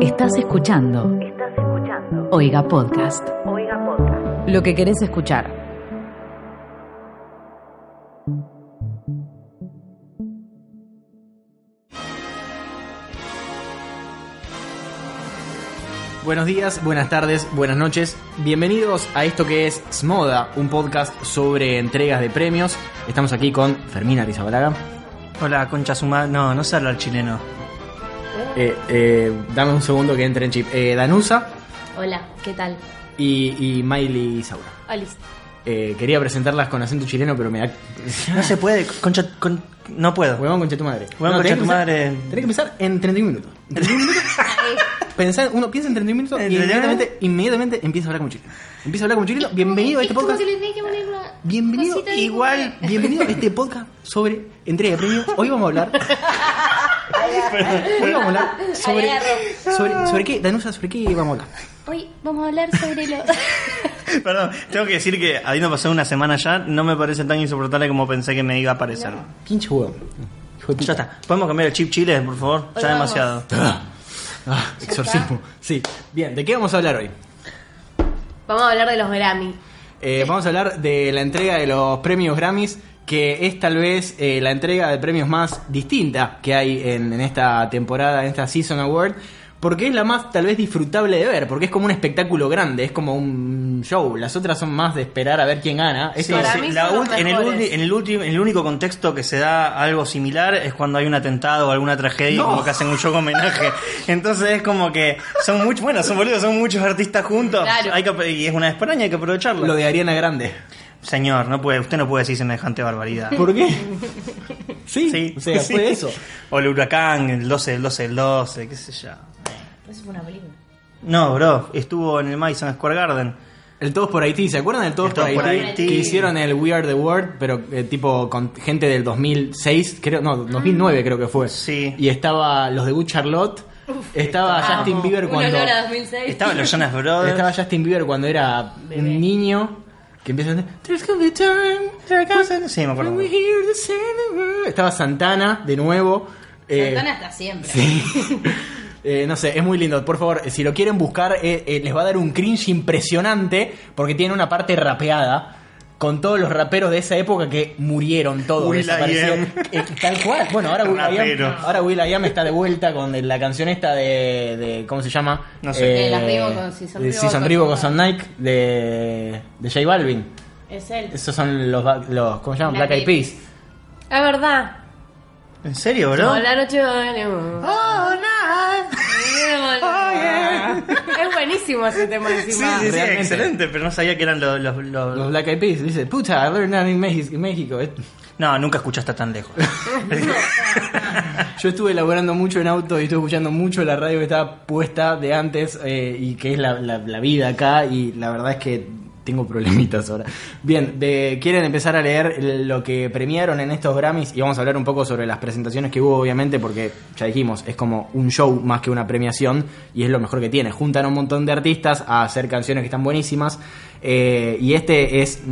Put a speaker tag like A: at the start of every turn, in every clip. A: Estás escuchando. Estás escuchando. Oiga Podcast. Oiga Podcast. Lo que querés escuchar.
B: Buenos días, buenas tardes, buenas noches. Bienvenidos a esto que es Smoda, un podcast sobre entregas de premios. Estamos aquí con Fermina Lizabalaga.
C: Hola, concha suma. No, no sé hablar chileno.
B: Eh, eh, dame un segundo que entre en chip. Eh, Danusa
D: Hola, ¿qué tal?
B: y, y Miley Saura.
D: Olis.
B: Eh, quería presentarlas con acento chileno, pero me da.
C: No se puede, concha. con- no puedo.
B: Huevón concha tu madre.
C: Huevón concha
B: tenés que
C: tu
B: pensar-
C: madre.
B: Tenés que pensar en 31 minutos. En 31 minutos.
D: Ah,
B: pensá- uno piensa en 31 minutos y
C: ¿En realidad?
B: inmediatamente, inmediatamente empieza a hablar como chileno. Empieza a hablar como chileno. Bienvenido a este podcast. Bienvenido igual, bienvenido a este podcast sobre entrega de premios. Hoy vamos a hablar. Hoy vamos a hablar sobre sobre sobre qué, Danusa, sobre qué vamos a hablar.
D: Hoy vamos a hablar sobre lo.
C: Perdón, tengo que decir que habiendo pasado una semana ya, no me parece tan insoportable como pensé que me iba a parecer.
B: Pinche huevón. Hijo de puta.
C: Ya está. ¿Podemos cambiar el chip chile, por favor? ya
D: vamos.
C: demasiado.
B: Ah, exorcismo. Sí. Bien, ¿de qué vamos a hablar hoy?
D: Vamos a hablar de los Grammy.
B: Eh, vamos a hablar de la entrega de los premios Grammys, que es tal vez eh, la entrega de premios más distinta que hay en, en esta temporada, en esta Season Award, porque es la más tal vez disfrutable de ver, porque es como un espectáculo grande, es como un show. Las otras son más de esperar a ver quién gana.
C: Sí,
B: Esto
D: Para
C: sí,
D: mí
C: la
D: son los
C: ulti- en, el
D: mejores.
C: ulti- en el ulti- en el único contexto que se da algo similar es cuando hay un atentado o alguna tragedia y
B: No.
C: como que hacen un show homenaje. Entonces es como que son muchos, bueno, son boludos, son muchos artistas juntos.
D: Claro.
C: Hay que- y es una esperaña, hay que aprovecharla.
B: lo de Ariana Grande.
C: Señor, no puede, usted no puede decir semejante barbaridad.
B: ¿Por qué? sí,
C: Sí,
B: o sea,
C: sí.
B: fue eso.
C: O el huracán, el 12, el 12, el 12, qué sé yo.
D: Eso fue una película.
C: No, bro, estuvo en el Madison Square Garden.
B: El Todos por Haití, ¿se acuerdan del Todos,
C: El Todos
B: por,
C: por
B: Haití?
C: Haití.
B: Que hicieron el We Are the World, pero eh, tipo con gente del 2006, creo, no, 2009 creo que fue.
C: Sí.
B: Y estaba los de Good Charlotte, estaba Justin
C: amo.
B: Bieber
D: Un
B: cuando este-
D: olor a 2006.
C: Estaban los Jonas Brothers.
B: estaba Justin Bieber cuando era
D: Bebé.
B: un niño que empieza a decir, There's gonna be a time, there comes a-
C: Sí, me acuerdo.
B: when we hear the sound of love". Estaba Santana de nuevo. eh,
D: Santana hasta siempre.
B: eh, no sé, es muy lindo. Por favor, si lo quieren buscar, eh, eh, les va a dar un cringe impresionante porque tiene una parte rapeada con todos los raperos de esa época que murieron todos.
C: Will.i.am.
B: desaparecieron. Eh, tal cual. Bueno, ahora Will.i.am
C: Rapero.
B: ahora Will.i.am está de vuelta con la canción esta de, de- ¿cómo se llama? Eh,
C: No sé.
D: De las Reebok, si son
B: de- si son
D: Reebok,
B: Reebok o son Nike de, de J Balvin.
D: Es él.
B: Esos son los, ba- los ¿cómo se llaman?
D: Black
B: Black Eyed
D: Eyed
B: Peas.
D: Es verdad.
C: ¿En serio, bro?
D: No, la noche volemos.
B: Ah.
C: Oh, no.
D: Oh, yeah.
B: Ah,
D: Es buenísimo ese tema
C: Sí,
D: encima.
C: sí, sí,
B: realmente.
C: excelente, pero no sabía que eran los... los- los-
B: Los Black Eyed Peas. Dice, puta, I learned that in Mexi- in México.
C: No, nunca escuchaste tan lejos.
B: Yo estuve laborando mucho en auto y estuve escuchando mucho la radio que estaba puesta de antes eh, y que es la, la- la vida acá y la verdad es que tengo problemitas ahora. Bien, de- quieren empezar a leer lo que premiaron en estos Grammys y vamos a hablar un poco sobre las presentaciones que hubo obviamente porque ya dijimos, es como un show más que una premiación y es lo mejor que tiene. Juntan a un montón de artistas a hacer canciones que están buenísimas eh, y este es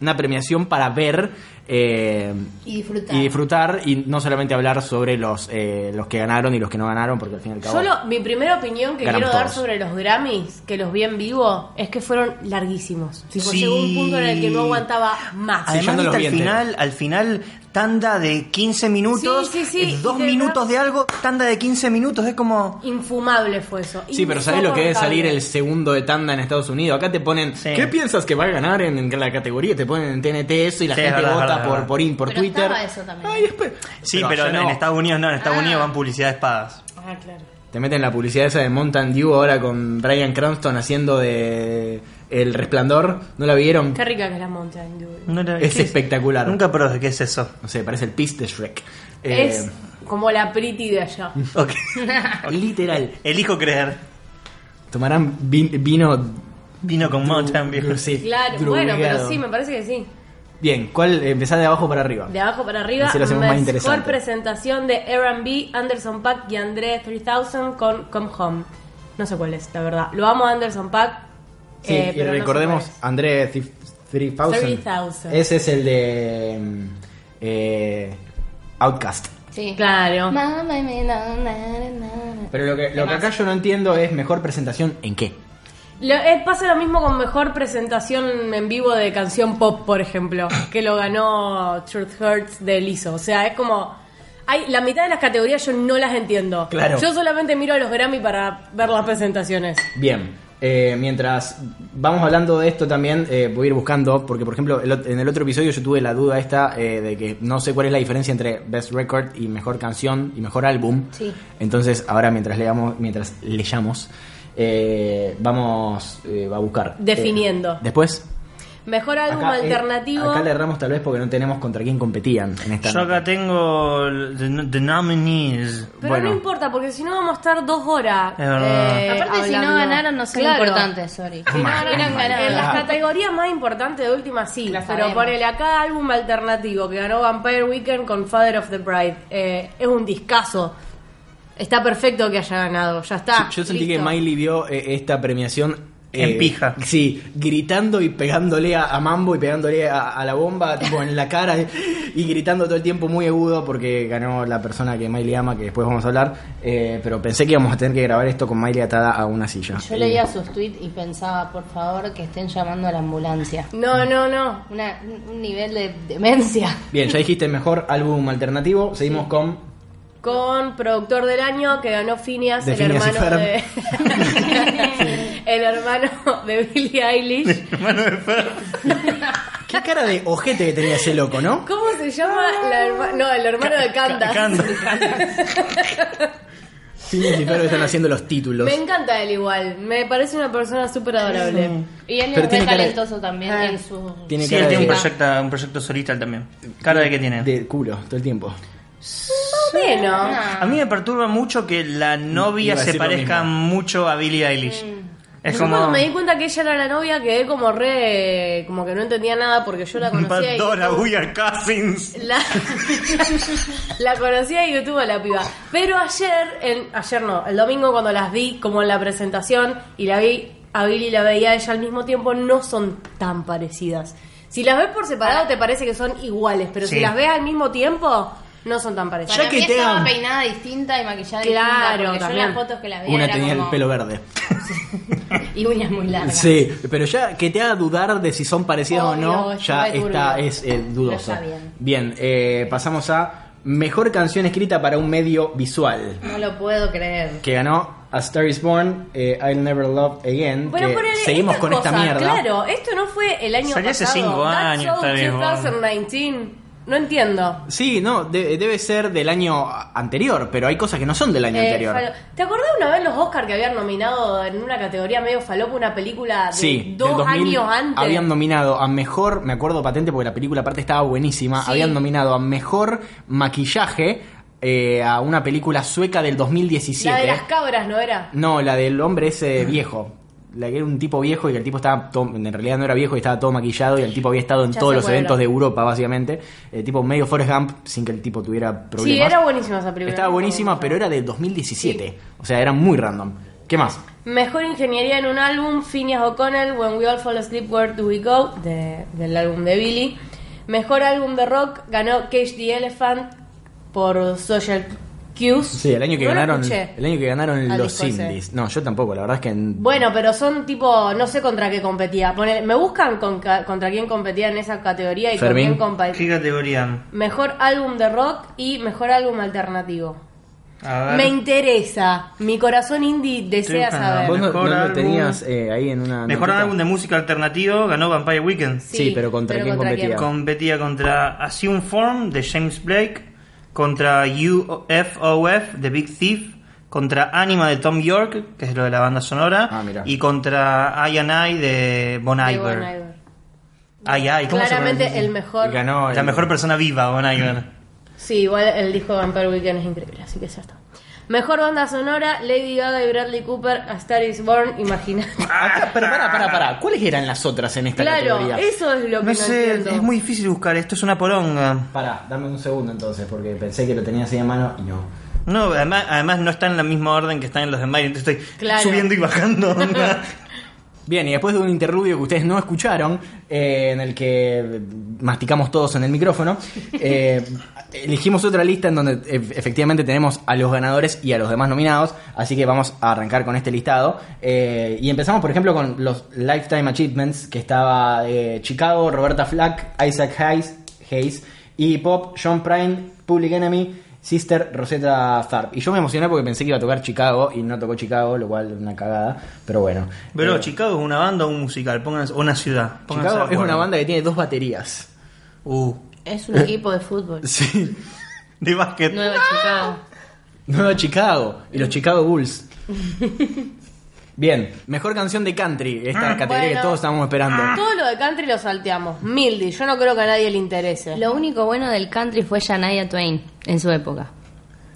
B: una premiación para ver... eh,
D: Y disfrutar.
B: y disfrutar y no solamente hablar sobre los eh, los que ganaron y los que no ganaron porque al fin y al cabo
D: Solo mi primera opinión que
B: Ganamos
D: quiero dar
B: todos.
D: sobre los Grammys, que los vi en vivo, es que fueron larguísimos. Tipo,
C: Sí.
D: Llegó un punto en el que no aguantaba más.
B: Sí, yo
C: Además,
B: no los
C: viste,
B: vi
C: al
B: enteros.
C: final, al final, tanda de 15 minutos,
D: Sí, sí, sí,
C: eh, dos
D: y te
C: minutos
D: da-
C: de algo, tanda de 15 minutos, es como...
D: Infumable fue eso.
B: sí pero sabes lo que debe salir el segundo de tanda en Estados Unidos acá te ponen
C: Sí.
B: qué piensas que va a ganar en, en la categoría te ponen en TNT eso y la
C: Sí,
B: gente
C: es verdad,
B: vota
C: verdad,
B: por
C: verdad.
B: por in- por
D: Pero
B: Twitter
D: estaba eso también.
B: Ay, espe-
C: Sí, pero,
B: allá no.
C: en Estados Unidos no, Ah. en Estados Unidos van publicidad de espadas.
D: Ah, claro.
B: te meten la publicidad esa de Mountain Dew ahora con Brian Cranston haciendo de el resplandor no la vieron
D: Qué rica que es la Mountain Dew.
C: No era-
B: Es
C: ¿qué
B: espectacular.
C: Nunca probé qué es eso.
B: no sé parece el pis de Shrek Eh,
D: Es como la pretty de allá.
C: Ok.
B: literal
C: Elijo creer.
B: tomarán vin- vino
C: Vino con Mountain View.
B: Sí,
D: Claro,
B: drugado.
D: bueno, pero sí, me parece que sí.
B: Bien, ¿cuál empezás de abajo para arriba?
D: De abajo para arriba,
B: Así lo hacemos más interesante.
D: mejor presentación de R&B, Anderson Pack y André 3000 con Come Home. No sé cuál es, la verdad. Lo amo a Anderson Pack.
B: Sí,
D: eh,
B: y
D: pero no sé
B: recordemos,
D: cuál es.
B: Andrés 3000.
D: 3000.
B: Ese es el de mm, eh, Outcast.
E: Sí.
D: Claro.
E: Mama, me, na, na, na, na,
B: Pero lo que, lo que acá yo no entiendo es mejor presentación en qué.
D: Lo- eh, pasa lo mismo con mejor presentación en vivo de canción pop, por ejemplo, que lo ganó Truth Hurts de Lizzo. O sea, es como. Hay, la mitad de las categorías yo no las entiendo.
B: Claro.
D: Yo solamente miro a los Grammy para ver las presentaciones.
B: Bien, eh, mientras vamos hablando de esto también, eh, voy a ir buscando, porque por ejemplo, el ot- en el otro episodio yo tuve la duda esta eh, de que no sé cuál es la diferencia entre Best Record y Mejor Canción y Mejor Álbum.
D: Sí.
B: Entonces ahora mientras leamos, mientras leyamos, eh, vamos eh, a buscar.
D: Definiendo.
B: Eh, después.
D: Mejor álbum
B: acá, eh,
D: alternativo.
B: acá le erramos tal vez porque no tenemos contra quién competían en esta.
C: Yo
B: nota.
C: acá tengo el- the, the nominees.
D: Pero
B: bueno.
D: no importa, porque si no vamos a estar dos horas.
C: Es verdad.
D: eh,
E: Aparte, si no
D: hablando.
E: ganaron, no son
D: Claro.
E: importantes, sorry.
D: Si no ganaron,
E: Eran ganadas.
D: en las
B: Claro.
D: categorías más importantes de última sí,
E: Las
D: pero
E: sabemos.
D: ponele acá álbum alternativo que ganó Vampire Weekend con Father of the Bride. Eh, es un discazo. Está perfecto que haya ganado, ya está.
B: Yo, yo sentí
D: Ah, listo.
B: que Miley vio eh, esta premiación. eh,
C: En pija.
B: Sí, gritando y pegándole a, a Mambo y pegándole a, a la bomba, tipo en la cara, eh, y gritando todo el tiempo muy agudo porque ganó la persona que Miley ama, que después vamos a hablar. eh, pero pensé que íbamos a tener que grabar esto con Miley atada a una silla.
E: Yo leía sus tweets y pensaba, por favor, que estén llamando a la ambulancia.
D: No, no, no.
E: Una- un nivel de demencia.
B: Bien, ya dijiste mejor álbum alternativo. Seguimos con.
D: Con productor del año que ganó Phineas,
B: De
D: el
B: Phineas y
D: hermano de. el hermano de Billie Eilish.
B: Qué cara de ojete que tenía ese loco, ¿no?
D: ¿Cómo se llama la herma- No, el hermano de Candace.
B: Sí, ni siquiera que están haciendo los títulos.
D: Me encanta él igual. Me parece una persona súper adorable.
E: Y él
B: Pero tiene
E: es re
B: cara de-
E: talentoso también
D: Ah.
E: en su...
B: Tiene
C: Sí,
B: cara
C: él tiene un
B: de-
C: proyecto, un proyecto solista él también. ¿Cara de qué tiene?
B: de culo todo el tiempo.
D: Bueno.
C: A mí me perturba mucho que la novia
B: Iba a
C: se
B: decir lo
C: parezca
B: mismo.
C: mucho a Billie Eilish. Es
D: Mm. Yo
C: como...
D: cuando me di cuenta que ella era la novia quedé como re... como que no entendía nada porque yo la conocía y...
C: Pandora, we are cousins.
D: La, la conocía y YouTube a la piba. Pero ayer, el- ayer no, el domingo cuando las vi como en la presentación y la vi a Billy y la veía a ella al mismo tiempo, no son tan parecidas. Si las ves por separado te parece que son iguales, pero si
C: Sí.
D: las ves al mismo tiempo, no son tan parecidas.
B: Ya
E: Para
B: que
E: mí estaba
B: tengan-
E: peinada distinta y
D: Claro,
E: maquillada distinta. Porque
D: también.
E: yo las fotos que la veía
B: Una
E: era
B: tenía
E: como-
B: el pelo verde.
E: Y uñas muy largas.
B: Sí, pero ya que te haga dudar de si son parecidas o
E: Obvio,
B: no,
E: es
B: ya
E: re turbio.
B: está, es eh, dudoso.
E: Pero está bien.
B: eh, pasamos a mejor canción escrita para un medio visual,
E: No lo puedo creer.
B: que ganó A Star Is Born, eh, I'll Never Love Again.
D: Pero
B: que
D: ponele,
B: seguimos
D: estas
B: con esta
D: cosas,
B: mierda.
D: Claro, esto no fue el año
C: Salió hace
D: pasado.
C: cinco
D: That's
C: años,
D: so
C: está bien, bueno.
D: 2019. No entiendo.
B: Sí, no, de- debe ser del año anterior, pero hay cosas que no son del año
D: Eh,
B: anterior.
D: falo- ¿Te acordás una vez los Oscar que habían nominado en una categoría medio falopa una película de
B: Sí,
D: dos
B: del 2000
D: años antes?
B: Habían nominado a mejor, me acuerdo patente porque la película aparte estaba buenísima,
D: Sí.
B: habían nominado a mejor maquillaje eh, a una película sueca del 2017.
D: La de las cabras, ¿no era?
B: No, la del hombre ese viejo. La que era un tipo viejo y que el tipo estaba. todo- en realidad no era viejo y estaba todo maquillado y el tipo había estado en
D: Ya
B: todos
D: sé
B: los
D: cuál
B: eventos
D: era.
B: de Europa, básicamente. El tipo medio Forrest Gump sin que el tipo tuviera problemas.
D: Sí, era buenísima esa película.
B: Estaba buenísima, pero era del 2017. O sea, era muy random. ¿Qué más?
D: Mejor ingeniería en un álbum, Phineas O'Connell, When We All Fall Asleep, Where Do We Go, de- del álbum de Billy. Mejor álbum de rock, ganó Cage the Elephant por Social Cues.
B: Sí, el año que
D: No lo
B: ganaron,
D: escuché.
B: el año que ganaron
D: al
B: los
D: disco ese.
B: indies. No, yo tampoco, la verdad es que en-
D: Bueno, pero son tipo, no sé contra qué competía. Ponele- me buscan con ca- contra quién competía en esa categoría y
B: Fermín.
D: con quién
C: ¿Qué
D: competía.
C: categoría?
D: Mejor álbum de rock y mejor álbum alternativo.
C: A ver.
D: Me interesa. Mi corazón indie desea
C: Estoy
D: saber.
B: vos no,
C: mejor
B: no lo
C: álbum.
B: tenías eh, ahí en una
C: Mejor
B: notita?
C: álbum de música alternativo ganó Vampire Weekend.
B: Sí, pero ¿contra quién competía?
C: Competía contra Assume Form de James Blake, contra UFOF de Big Thief, contra Anima de Tom York, que es lo de la banda sonora,
B: Ah, mira.
C: y contra I and I de Bon
D: De Bon
C: Iver.
D: Iver.
C: Ay, ay, ¿cómo se
D: Claramente
C: pronuncia?
D: el mejor.
B: Ganó
C: La
B: el-
C: mejor persona viva, Bon Iver.
D: Sí, igual el disco de Vampire Weekend es increíble, así que ya está. Mejor banda sonora, Lady Gaga y Bradley Cooper, A Star is Born, imagínate.
C: Ah.
B: Acá, Ah, pero pará, pará, pará. ¿Cuáles eran las otras en esta
D: claro,
B: categoría?
D: eso es lo que no,
C: No sé,
D: entiendo.
C: es muy difícil buscar, esto es una poronga.
B: Pará, dame un segundo entonces, porque pensé que lo tenías ahí a mano y no.
C: No, además, además no está en la misma orden que están en los de Mario, entonces estoy
D: Claro.
C: subiendo y bajando. onda.
B: Bien, y después de un interludio que ustedes no escucharon, eh, en el que masticamos todos en el micrófono, eh, elegimos otra lista en donde e- efectivamente tenemos a los ganadores y a los demás nominados, así que vamos a arrancar con este listado. Eh, y empezamos, por ejemplo, con los Lifetime Achievements, que estaba eh, Chicago, Roberta Flack, Isaac Hayes, Hayes y Pop, John Prine, Public Enemy. Sister Rosetta Tharp. Y yo me emocioné porque pensé que iba a tocar Chicago y no tocó Chicago, lo cual es una cagada. Pero bueno.
C: Pero Chicago es una banda o un musical, pónganse, o una ciudad. pónganse
B: Chicago
C: de
B: es una
C: acuerdo.
B: banda que tiene dos baterías.
C: Uh,
E: Es un equipo de fútbol.
B: Sí.
C: de básquet.
E: Nueva Chicago.
B: Nueva Chicago y los Chicago Bulls. Bien, mejor canción de country, esta categoría que
D: bueno. Ah.
B: todos estábamos esperando.
D: Todo lo de country lo salteamos. Mildy, yo no creo que a nadie le interese.
E: Lo único bueno del country fue Shania Twain en su época.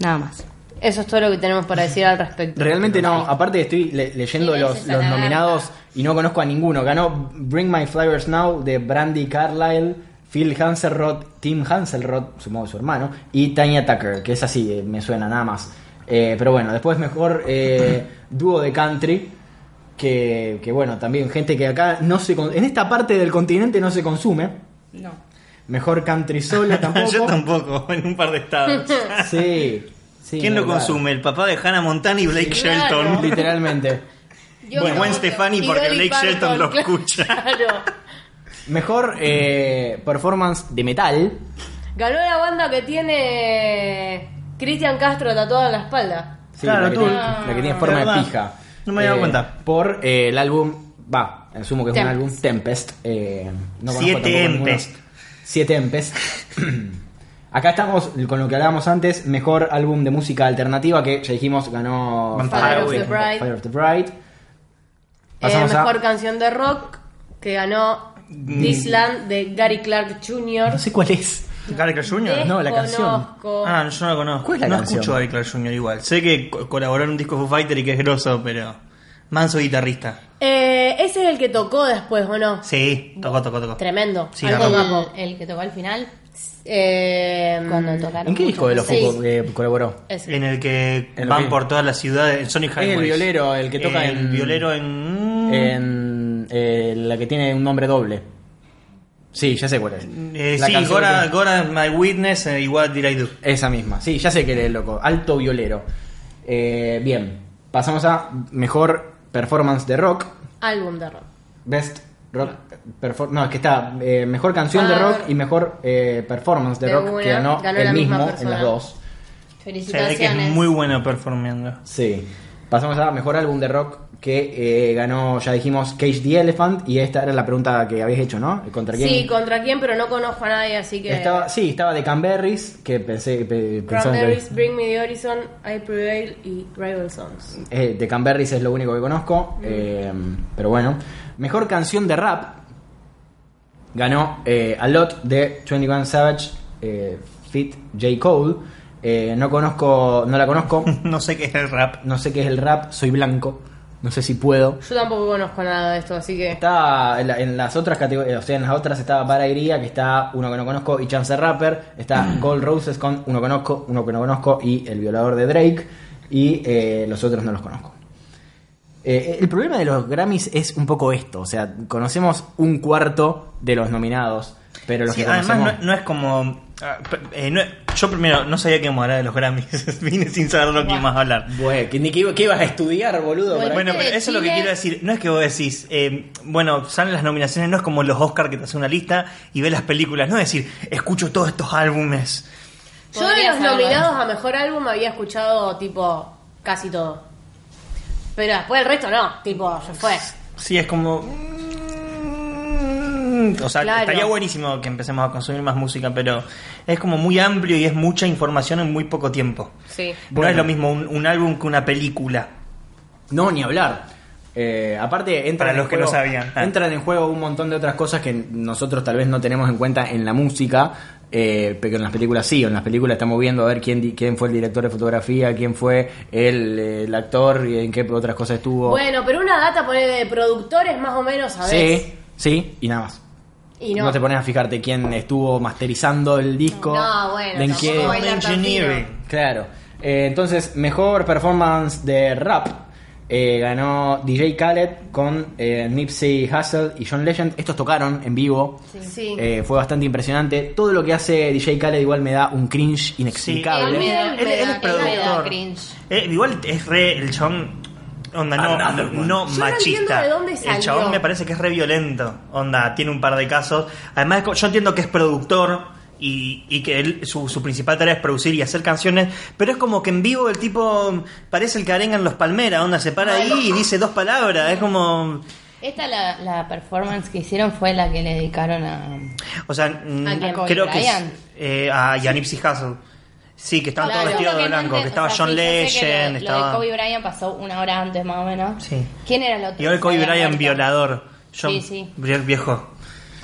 E: Nada más.
D: Eso es todo lo que tenemos para decir al respecto.
B: Realmente no, aparte estoy le- leyendo
E: ¿Quién es
B: los,
E: esa
B: los
E: lagarta?
B: nominados y no conozco a ninguno. Ganó Bring My Flowers Now de Brandy Carlyle, Phil Hanselrod, Tim Hanselrod, supongo su hermano, y Tanya Tucker, que es así, eh, me suena nada más. Eh, pero bueno, después mejor eh, dúo de country. Que, que bueno, también gente que acá no se con- en esta parte del continente no se consume.
E: No.
B: Mejor country sola tampoco.
C: Yo tampoco, en un par de estados.
B: Sí. sí,
C: ¿Quién
B: no,
C: lo
B: claro.
C: consume? El papá de Hannah Montana y Blake
D: Claro.
C: Shelton.
B: Literalmente.
C: Bueno, Gwen Stefani porque Blake Shelton lo escucha.
D: Claro.
B: Mejor eh, performance de metal.
D: Ganó la banda que tiene Cristian Castro tatuado en la espalda.
B: Sí,
C: Claro,
B: la, que
C: tú.
B: tiene, la que tiene forma de
C: Verdad.
B: pija.
C: No me había dado
B: Eh,
C: cuenta.
B: Por eh, el álbum, va, asumo que es
D: Tempest.
B: un álbum Tempest. eh, no conozco
C: Siete
B: tampoco ninguno.
C: Tempest.
B: Siete Tempest. Acá estamos con lo que hablábamos antes, mejor álbum de música alternativa que ya dijimos ganó
C: Vampire of the
D: Bride.
B: Fire of the Bride.
D: Eh,
B: Pasamos a- Mm.
D: mejor canción de rock que ganó This Land de Gary Clark Jr.
B: No sé cuál es.
C: Gary Clark Jr.
B: No, la canción.
D: Desconozco.
C: Ah, no, yo no la conozco.
B: ¿Cuál es la
C: no
B: canción?
C: escucho a Gary Clark Jr. igual. Sé que co- colaboró en un disco Foo Fighter y que es grosso, pero. Manso guitarrista.
D: Eh, ese es el que tocó después, ¿o no?
C: Sí, tocó, tocó, tocó.
D: Tremendo.
C: Sí, la
D: Algo
E: El,
D: capo.
E: el que tocó al final,
D: Eh,
E: cuando tocaron.
B: ¿En qué disco de los
E: muchas
D: Sí.
E: veces.
B: Focos eh, colaboró?
D: ese.
C: En el que
B: En lo
C: van
B: que-
C: por todas las ciudades. En Sonic
B: el
C: Highways.
B: violero, el que toca
C: el
B: en-
C: violero
D: Mm.
C: en.
B: En eh, la que tiene un nombre doble. Sí, ya sé cuál es.
C: Eh,
B: La
C: sí,
B: canción
C: Gora,
B: que-
C: Gora My Witness eh, y What Did I Do.
B: Esa misma. Sí, ya sé que eres loco. Alto violero. Eh, bien. Pasamos a mejor performance de rock.
D: Álbum de rock.
B: Best rock. perfor- no, es que está. eh, mejor canción de
D: Ah.
B: rock y mejor eh, performance de,
D: De
B: rock
D: una,
B: que ganó,
D: ganó la
B: el
D: misma
B: mismo en
D: persona.
B: las dos.
C: Se ve que es
E: Felicitaciones.
C: muy bueno performeando.
B: Sí. Pasamos a mejor álbum de rock que eh, ganó, ya dijimos, Cage the Elephant. Y esta era la pregunta que habéis hecho, ¿no? ¿Contra quién?
D: Sí, contra quién, pero no conozco a nadie, así que.
B: Estaba, sí, estaba de Canberries, que pensé, pe- pensaba que-
D: Cranberries, Bring Me the Horizon, I Prevail y Rival Songs.
B: eh, de Canberries es lo único que conozco,
D: Mm.
B: eh, pero bueno. Mejor canción de rap ganó eh, A Lot de 21 Savage eh, Fit J. Cole. Eh, no conozco, no la conozco,
C: No sé qué es el rap.
B: no sé qué es el rap, soy blanco, no sé si puedo.
D: Yo tampoco conozco nada de esto, así que.
B: Está en, la- en las otras categorías, o sea, en las otras estaba Barairía, que está uno que no conozco, y Chance the Rapper, está
C: Mm.
B: Gold Roses con uno que conozco, uno que no conozco, y El Violador de Drake, y eh, los otros no los conozco. Eh, el problema de los Grammys es un poco esto, o sea, conocemos un cuarto de los nominados, pero los
C: Sí,
B: que
C: además,
B: conocemos...
C: no, no es como. ah, pe- eh, no- yo primero no sabía que íbamos a hablar de los Grammys. Vine sin saber lo que íbamos a hablar.
B: Bueno, ¿qué, ni qué iba- qué ibas a estudiar, boludo?
E: Bueno,
B: Para-
C: Bueno, pero
E: de
C: eso es lo que
E: Chile-
C: quiero decir. No es que vos decís, eh, bueno, salen las nominaciones, no es como los Oscar que te hace una lista y ves las películas. No es decir, escucho todos estos álbumes.
D: Yo de
E: Podría
D: los
E: saberlo.
D: nominados a mejor álbum había escuchado, tipo, casi todo. Pero después el resto no, tipo, ya fue.
C: Sí, es como. mm, O sea,
D: Claro.
C: estaría buenísimo que empecemos a consumir más música, pero es como muy amplio y es mucha información en muy poco tiempo.
D: Sí.
C: No
B: Bueno.
C: es lo mismo un- un álbum que una película.
B: No, ni hablar. Eh, aparte, entran
C: Para los
B: en
C: que no
B: juego-
C: sabían. Ah.
B: Entran en juego un montón de otras cosas que nosotros tal vez no tenemos en cuenta en la música, eh, pero en las películas sí. En las películas estamos viendo a ver quién, di- quién fue el director de fotografía, quién fue el, eh, el actor y en qué otras cosas
C: Oh.
B: estuvo.
D: Bueno, pero una data pone de productores más o menos, ¿sabes?
B: sí, sí, y nada más.
D: Y no.
B: te pones a fijarte quién estuvo masterizando el disco.
D: No, bueno,
B: en
D: tampoco
B: qué-
D: bailar tan fino.
C: Engineering.
B: Claro. Eh, entonces, mejor performance de rap Eh, ganó DJ Khaled con eh, Nipsey Hussle y John Legend. Estos tocaron en vivo.
D: Sí.
B: Eh, fue bastante impresionante. Todo lo que hace DJ Khaled igual me da un cringe
E: Él
B: inexplicable.
E: me da-
C: Él- él es
E: me da- él me da
C: productor.
E: cringe.
C: Eh, igual es re el chabón. Onda, no,
B: Another one.
C: no
D: Yo no
C: machista.
D: entiendo de dónde salió.
C: El chabón me parece que es re violento. Onda, tiene un par de casos. Además, co- yo entiendo que es productor y, y que él- su, su principal tarea es producir y hacer canciones. Pero es como que en vivo el tipo parece el que arenga en los Palmeras. Onda, se para ahí y dice dos palabras. Es como.
E: Esta la, la performance que hicieron fue la que le dedicaron a...
C: O sea, mm,
E: ¿A
C: creo
E: quién? Kobe
C: que. es-
E: Bryant.
C: eh, a, y a Nipsey Hussle. Sí, que estaban
E: Claro.
C: todos vestidos
E: Lo
C: de
E: que no
C: blanco.
E: entiendo-
C: que estaba
E: o sea,
C: John
E: sí, yo sé que
C: Legend.
E: Lo, lo
C: estaba...
E: de Kobe Bryant pasó una hora antes más o menos.
C: Sí.
E: ¿Quién era el otro?
C: Y ahora Kobe
E: Se había
C: Bryant
E: muerto.
C: violador. John
E: Sí, sí.
C: Brie- viejo.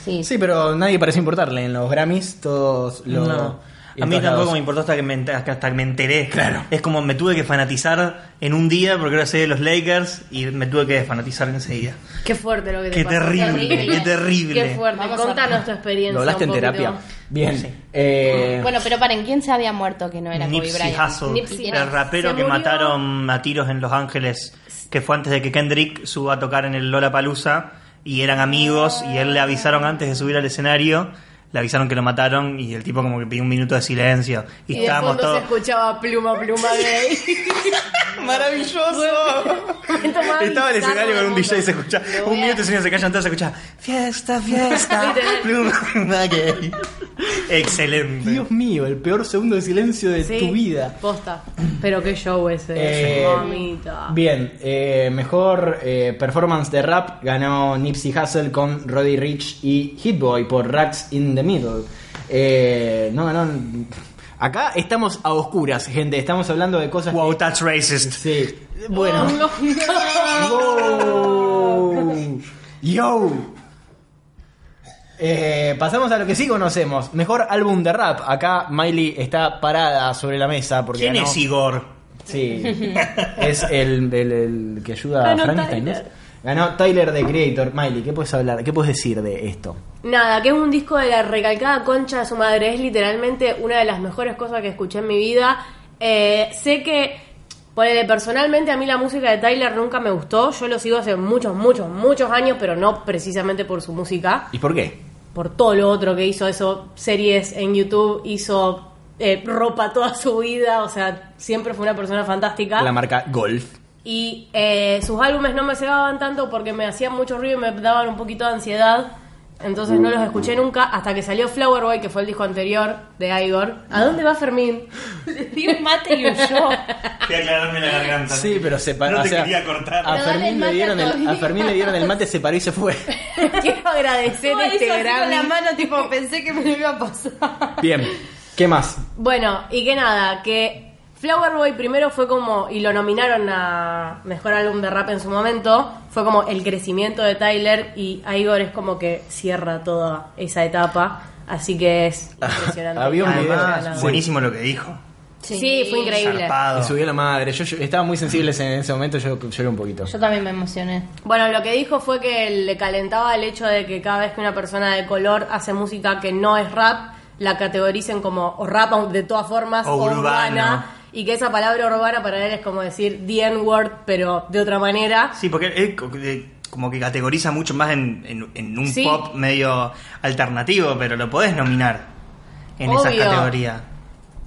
E: Sí.
B: Sí, pero nadie pareció importarle. En los Grammys todos los...
C: A mí tampoco me importó hasta que, me, ent- hasta que me enteré. Claro. Es como me tuve que fanatizar en un día porque era sé de los Lakers y me tuve que fanatizar enseguida.
D: Qué fuerte lo que te
C: Qué
D: pasó.
C: terrible,
E: terrible.
C: qué terrible.
D: Qué fuerte.
E: Vamos a-
D: Contanos tu experiencia.
B: Lo hablaste en
D: un poquito.
B: terapia. Bien.
C: Sí.
B: eh,
E: Bueno, pero paren, ¿quién se había muerto que no era Kobe
C: Nipsey
E: Bryant?
C: Hussle,
D: Nipsey
E: ¿Y quién
C: el
E: es?
C: rapero
D: Se
C: que
D: murió.
C: mataron a tiros en Los Ángeles, que fue antes de que Kendrick suba a tocar en el Lola Palusa y eran amigos y él le avisaron antes de subir al escenario, le avisaron que lo mataron y el tipo como que pidió un minuto de silencio y,
D: Y de
C: estábamos
D: fondo
C: todos
D: se escuchaba pluma, pluma gay.
C: maravilloso.
D: Momento más
C: Estaba el
D: bizarro
C: escenario con
D: del
C: un DJ y
D: mundo.
C: se escuchaba
E: Lo voy
C: un
E: a-
C: minuto y se callan todos se escuchaba fiesta, fiesta,
D: Literal.
C: pluma, pluma gay. Excelente.
B: Dios mío, el peor segundo de silencio de
D: Sí,
B: tu vida.
D: Posta. Pero qué show ese.
B: Eh,
D: mamita.
B: Bien, eh, mejor eh, performance de rap ganó Nipsey Hussle con Roddy Rich y Hitboy por Rats in the Middle. Eh, no ganó. Acá estamos a oscuras, gente. Estamos hablando de cosas.
C: Wow, that's racist.
B: Sí. Bueno. Wow. Yo. Eh, pasamos a lo que sí conocemos. Mejor álbum de rap. Acá Miley está parada sobre la mesa porque
C: ¿Quién
B: ganó-
C: es Igor?
B: Sí. es el, el- el que ayuda a
D: Ganó
B: Frankenstein. ¿no?
D: Tyler.
B: Ganó Tyler the Creator. Miley, ¿qué puedes hablar? ¿Qué puedes decir de esto?
D: Nada, que es un disco de la recalcada concha de su madre. Es literalmente una de las mejores cosas que escuché en mi vida. Eh, sé que, ponele, personalmente a mí la música de Tyler nunca me gustó. Yo lo sigo hace muchos, muchos, muchos años, pero no precisamente por su música.
B: ¿Y por qué?
D: Por todo lo otro que hizo, eso, series en YouTube, hizo eh, ropa toda su vida. O sea, siempre fue una persona fantástica.
B: La marca Golf.
D: Y eh, sus álbumes no me cegaban tanto porque me hacían mucho ruido y me daban un poquito de ansiedad. Entonces no los
E: Mm.
D: escuché nunca hasta que salió Flower Boy, que fue el disco anterior de Igor. ¿A dónde va Fermín?
E: Di un mate y un yo.
C: Voy a aclararme la garganta.
B: Sí, pero se paró.
C: No
B: o
C: te
B: sea, ah,
C: quería cortar.
B: A
E: Pero dale
B: Fermín, le
E: el mate
B: dieron
E: a
B: el, a
E: todos.
B: Fermín le dieron el mate, se paró y se fue.
D: Quiero agradecer
E: No,
D: este
E: hizo así con
D: Grammy.
E: la mano, tipo, pensé que me lo iba a pasar.
B: Bien. ¿Qué más?
D: Bueno, y que nada, que Flower Boy primero fue como, y lo nominaron a Mejor Álbum de Rap en su momento, fue como el crecimiento de Tyler y a Igor es como que cierra toda esa etapa, así que es impresionante.
B: Había un
D: Además,
B: video,
C: Además,
B: sí.
C: buenísimo lo que dijo.
D: Sí, fue increíble.
B: Me
C: Zarpado.
B: subió la madre. Yo, yo- estaba muy sensible en ese momento, yo lloré un poquito.
E: Yo también me emocioné.
D: Bueno, lo que dijo fue que le calentaba el hecho de que cada vez que una persona de color hace música que no es rap, la categoricen como o rap de todas formas
C: O
D: o,
C: urbano.
D: urbana. Y que esa palabra urbana para él es como decir the N-word, pero de otra manera.
C: Sí, porque él co- de- como que categoriza mucho más en, en- en un
D: Sí.
C: pop medio alternativo, pero lo podés nominar en
D: Obvio.
C: esa categoría.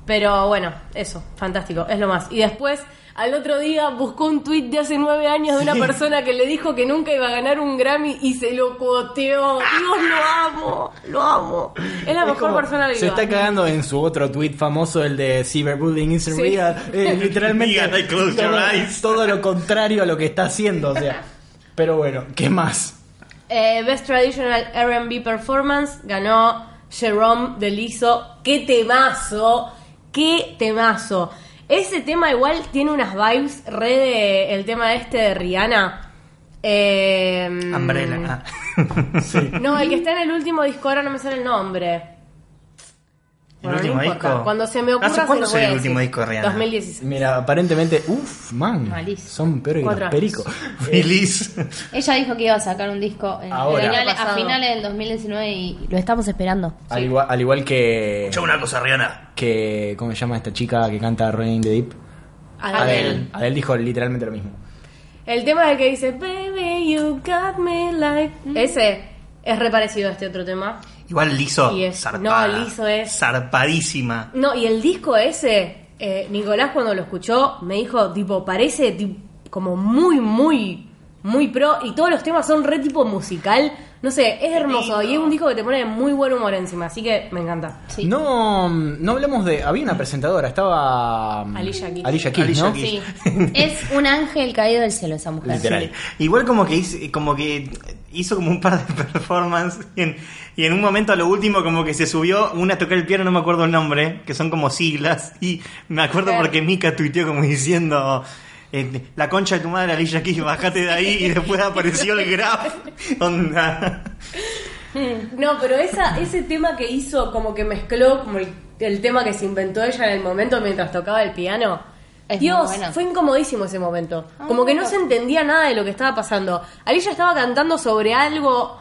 D: Pero bueno, eso, fantástico, es lo más. Y después, al otro día, buscó un tweet de hace nueve años de una persona que le dijo que nunca iba a ganar un Grammy y se lo cuoteó. Dios, lo amo, lo amo. Es la
B: Es
D: mejor
B: como,
D: persona viva.
B: Se está cagando en su otro tweet famoso, el de Cyberbullying is
D: Sí.
B: real. Eh, literalmente.
C: Digan, I close your
B: todo-
C: eyes.
B: Todo lo contrario a lo que está haciendo, o sea. Pero bueno, ¿qué más?
D: Eh, Best Traditional R&B Performance ganó Jerome de Lizzo. ¡Qué temazo! ¡Qué temazo! Ese tema igual tiene unas vibes re de el tema este de Rihanna. Eh,
B: Mm.
C: Umbrella. Ah.
D: No, el que está en el último disco, ahora no me sale el nombre.
C: ¿El
D: Bueno, no
C: último
D: importa.
C: disco?
D: Cuando se me ocurra
C: ¿Hace cuándo
D: se
C: salió
D: lo voy a
C: el último
D: decir.
C: disco de Rihanna?
D: 2016.
B: Mira, aparentemente, uff, man.
E: Malísimo.
B: Son peores que
D: Cuatro
B: los
D: años.
B: pericos.
C: Feliz.
E: Ella dijo que iba a sacar un disco en
B: Ahora.
E: a finales-
D: Pasado.
E: a finales del 2019 y lo estamos esperando.
B: Al, igual, al igual que,
C: Escuchá una cosa, Rihanna.
B: que. ¿Cómo se llama esta chica que canta Rolling in the Deep?
D: Adele.
B: Adele dijo literalmente lo mismo.
D: El tema del que dice, Baby, you got me like. Ese es reparecido a este otro tema.
C: Igual liso.
D: Y es-
C: zarpada,
D: no, liso es-
C: Zarpadísima.
D: No, y el disco ese, eh, Nicolás cuando lo escuchó me dijo, tipo, parece ti- como muy, muy, muy pro y todos los temas son re tipo musical. No sé, es hermoso y es un disco que te pone de muy buen humor encima, así que me encanta.
E: Sí.
B: No, no hablamos de. Había una presentadora, estaba.
D: Alicia Keys.
B: Alicia Keys,
C: Alicia
B: ¿no?
C: Keys.
E: Sí. es un ángel caído del cielo esa mujer.
B: Literal.
C: Sí. Igual como que hizo, como que hizo como un par de performances y en, y en un momento a lo último como que se subió una a tocar el piano, no me acuerdo el nombre, que son como siglas, y me acuerdo
D: Claro.
C: porque Mika tuiteó como diciendo... eh, la concha de tu madre, Alicia Keys, bajate de ahí y después apareció el graf. Onda.
D: Mm. No, pero esa, ese tema que hizo como que mezcló como el, el tema que se inventó ella en el momento mientras tocaba el piano.
E: Es
D: Dios,
E: muy bueno. Ah,
D: fue incomodísimo ese momento. Como que no se entendía nada de lo que estaba pasando. Alicia estaba cantando sobre algo,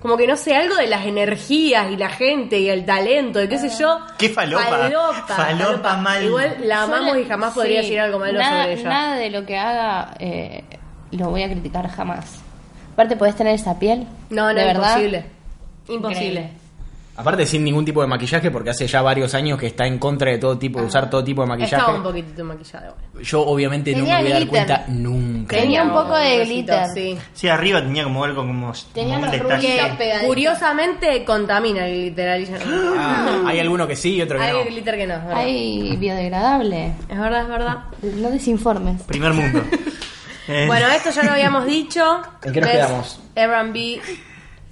D: como que no sé, algo de las energías y la gente y el talento y qué
E: Ah.
D: sé yo.
C: Qué falopa.
D: Falopa,
C: Falopa mal.
D: Igual la amamos
E: Yo
D: y jamás
E: sí,
D: podría decir algo malo
E: nada,
D: sobre ella.
E: Nada de lo que haga eh, lo voy a criticar jamás. Aparte, podés tener esa piel.
D: No, no,
E: de verdad.
D: imposible. Imposible.
E: Increíble.
B: Aparte sin ningún tipo de maquillaje porque hace ya varios años que está en contra de todo tipo, de
E: Ah.
B: usar todo tipo de
D: Estaba
B: maquillaje.
D: un poquitito maquillada. bueno.
B: Yo obviamente no
E: Tenía
B: me voy a dar
E: glitter.
B: cuenta nunca.
E: Tenía un poco de
D: rosito,
E: glitter.
D: Sí.
C: Sí, arriba tenía como algo como...
E: Tenía
C: como un
E: los
C: detalle.
E: rulitos
D: Que
E: pegadito.
D: curiosamente contamina el glitter. Alicia.
B: Ah, hay alguno que sí y otro que
D: Hay
B: no.
D: glitter que no, es verdad.
E: Ay, biodegradable.
D: Es verdad, es verdad.
E: No desinformes.
C: Primer mundo. Eh,
D: Bueno, esto ya lo habíamos dicho.
B: ¿En qué nos
D: Best
B: quedamos?
D: R&B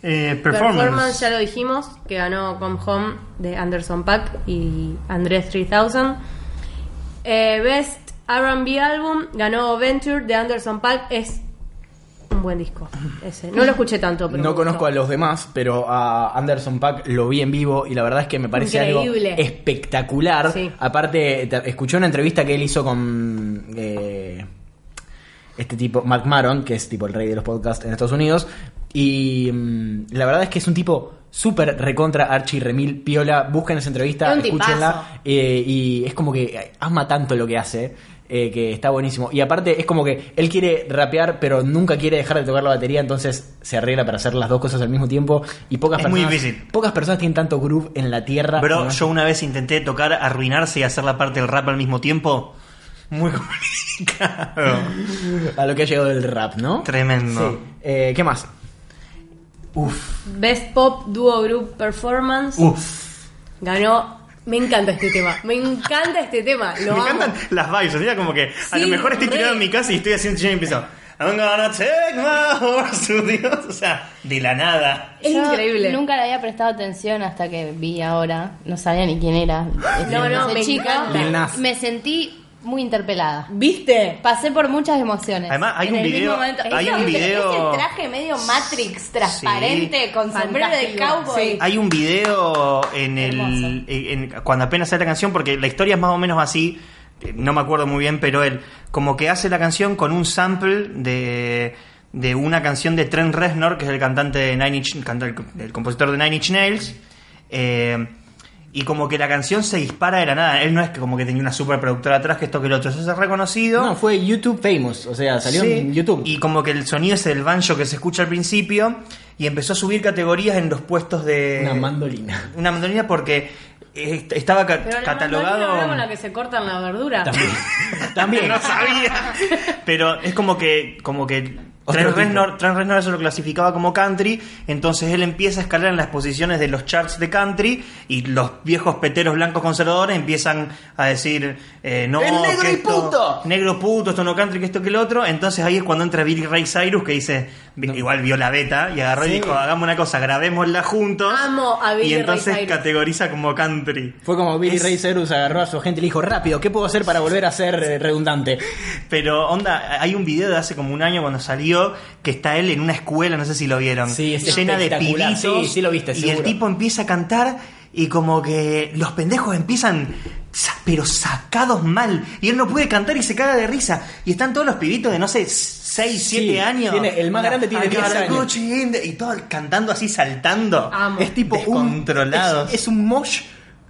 C: eh,
D: performance.
C: performance.
D: ya lo dijimos, que ganó Come Home de Anderson Pack y Andrés 3000. Eh, Best R&B Album ganó Venture de Anderson Pack. Es un buen disco ese. No lo escuché tanto, pero me
B: No
D: gustó.
B: conozco a los demás, pero a Anderson Pack lo vi en vivo y la verdad es que me parece
D: Increíble.
B: algo espectacular.
D: Sí.
B: Aparte, te- escuché una entrevista que él hizo con eh, este tipo, Mark Maron, que es tipo el rey de los podcasts en Estados Unidos. Y mm, la verdad es que es un tipo súper recontra Archie Remil Piola. Busquen esa entrevista,
D: Es un tipazo.
B: escúchenla. eh, y es como que ama tanto lo que hace. eh, que está buenísimo. Y aparte es como que él quiere rapear, pero nunca quiere dejar de tocar la batería, entonces se arregla para hacer las dos cosas al mismo tiempo. Y pocas
C: Es muy
B: personas.
C: difícil.
B: Pocas personas tienen tanto groove en la tierra.
C: Bro,
B: ¿no?
C: yo una vez intenté tocar, arruinarse y hacer la parte del rap al mismo tiempo. Muy complicado.
B: A lo que ha llegado el rap, ¿no?
C: Tremendo.
B: Sí. Eh, ¿Qué más?
C: Uf,
D: Best Pop Duo Group Performance
C: uf.
D: ganó... Me encanta este tema, me encanta este tema, lo
C: Me
D: amo.
C: encantan las vibes. O sea, como que a
D: Sí,
C: lo mejor estoy
D: re.
C: tirado en mi casa y estoy haciendo chile y empiezo. I'm gonna take my horse to Dios. O sea, de la nada.
D: Es
E: Yo
D: increíble.
E: Nunca le había prestado atención hasta que vi ahora. No sabía ni quién era.
D: No, no,
E: Esa
D: me
E: chica.
D: encanta.
B: Lil Nas.
E: Me sentí muy interpelada.
D: ¿Viste?
E: Pasé por muchas emociones.
C: Además, hay
E: en
C: un
E: el
C: video-
E: mismo momento.
C: hay
E: Ese-
C: un video-
E: Ese traje medio Matrix, transparente, con sombrero de
D: Fantástico,
E: cowboy.
D: sí.
C: Hay un video en
E: Hermoso.
C: el. eh, en- cuando apenas sale la canción, porque la historia es más o menos así. eh, No me acuerdo muy bien, pero él como que hace la canción con un sample de, de una canción de Trent Reznor, que es el cantante de Nine Inch, canta- el, el compositor de Nine Inch Nails. eh, y como que la canción se dispara de la nada. Él no es que como que tenía una superproductora atrás, que esto que el otro. Eso es reconocido.
B: No, fue YouTube Famous, o sea, salió
C: Sí,
B: en YouTube.
C: Y como que el sonido ese del banjo que se escucha al principio. Y empezó a subir categorías en los puestos de.
B: Una mandolina.
C: Una mandolina porque eh, estaba ca-
D: Pero la
C: catalogado.
D: mandolina no con la que se cortan la verdura.
B: También. También.
C: No sabía. Pero es como que. Como que
B: Otro
C: Trent
B: tipo.
C: Reznor, Trent Reznor eso lo clasificaba como country, entonces él empieza a escalar en las posiciones de los charts de country y los viejos peteros blancos conservadores empiezan a decir eh, no,
B: ¡Es negro
C: que
B: y
C: esto-
B: puto!
C: negro puto, esto no country, que esto que el otro, entonces ahí es cuando entra Billy Ray Cyrus que dice, vi- igual vio la beta y agarró y
B: Sí.
C: dijo, hagamos una cosa, grabémosla juntos
D: Amo a Billy
C: y
D: Ray
C: entonces
D: Cyrus.
C: categoriza como country.
B: Fue como Billy
C: Es-
B: Ray Cyrus agarró a su gente y le dijo, rápido, ¿qué puedo hacer para volver a ser eh, redundante?
C: Pero, onda, hay un video de hace como un año cuando salió que está él en una escuela, no sé si lo vieron.
B: Sí, es
C: llena de
B: espectacular.
C: pibizos.
B: Sí, sí lo viste,
C: Y
B: seguro.
C: el tipo empieza a cantar y como que los pendejos empiezan, sa- pero sacados mal. Y él no puede cantar y se caga de risa. Y están todos los pibitos de, no sé, 6, 7 años.
B: tiene- el más
C: Onda,
B: grande tiene
C: "I got
B: 10
C: a
B: años".
C: Gucci in the-" Y todos cantando así, saltando.
D: Amo.
C: Es tipo un...
B: Es, es un mosh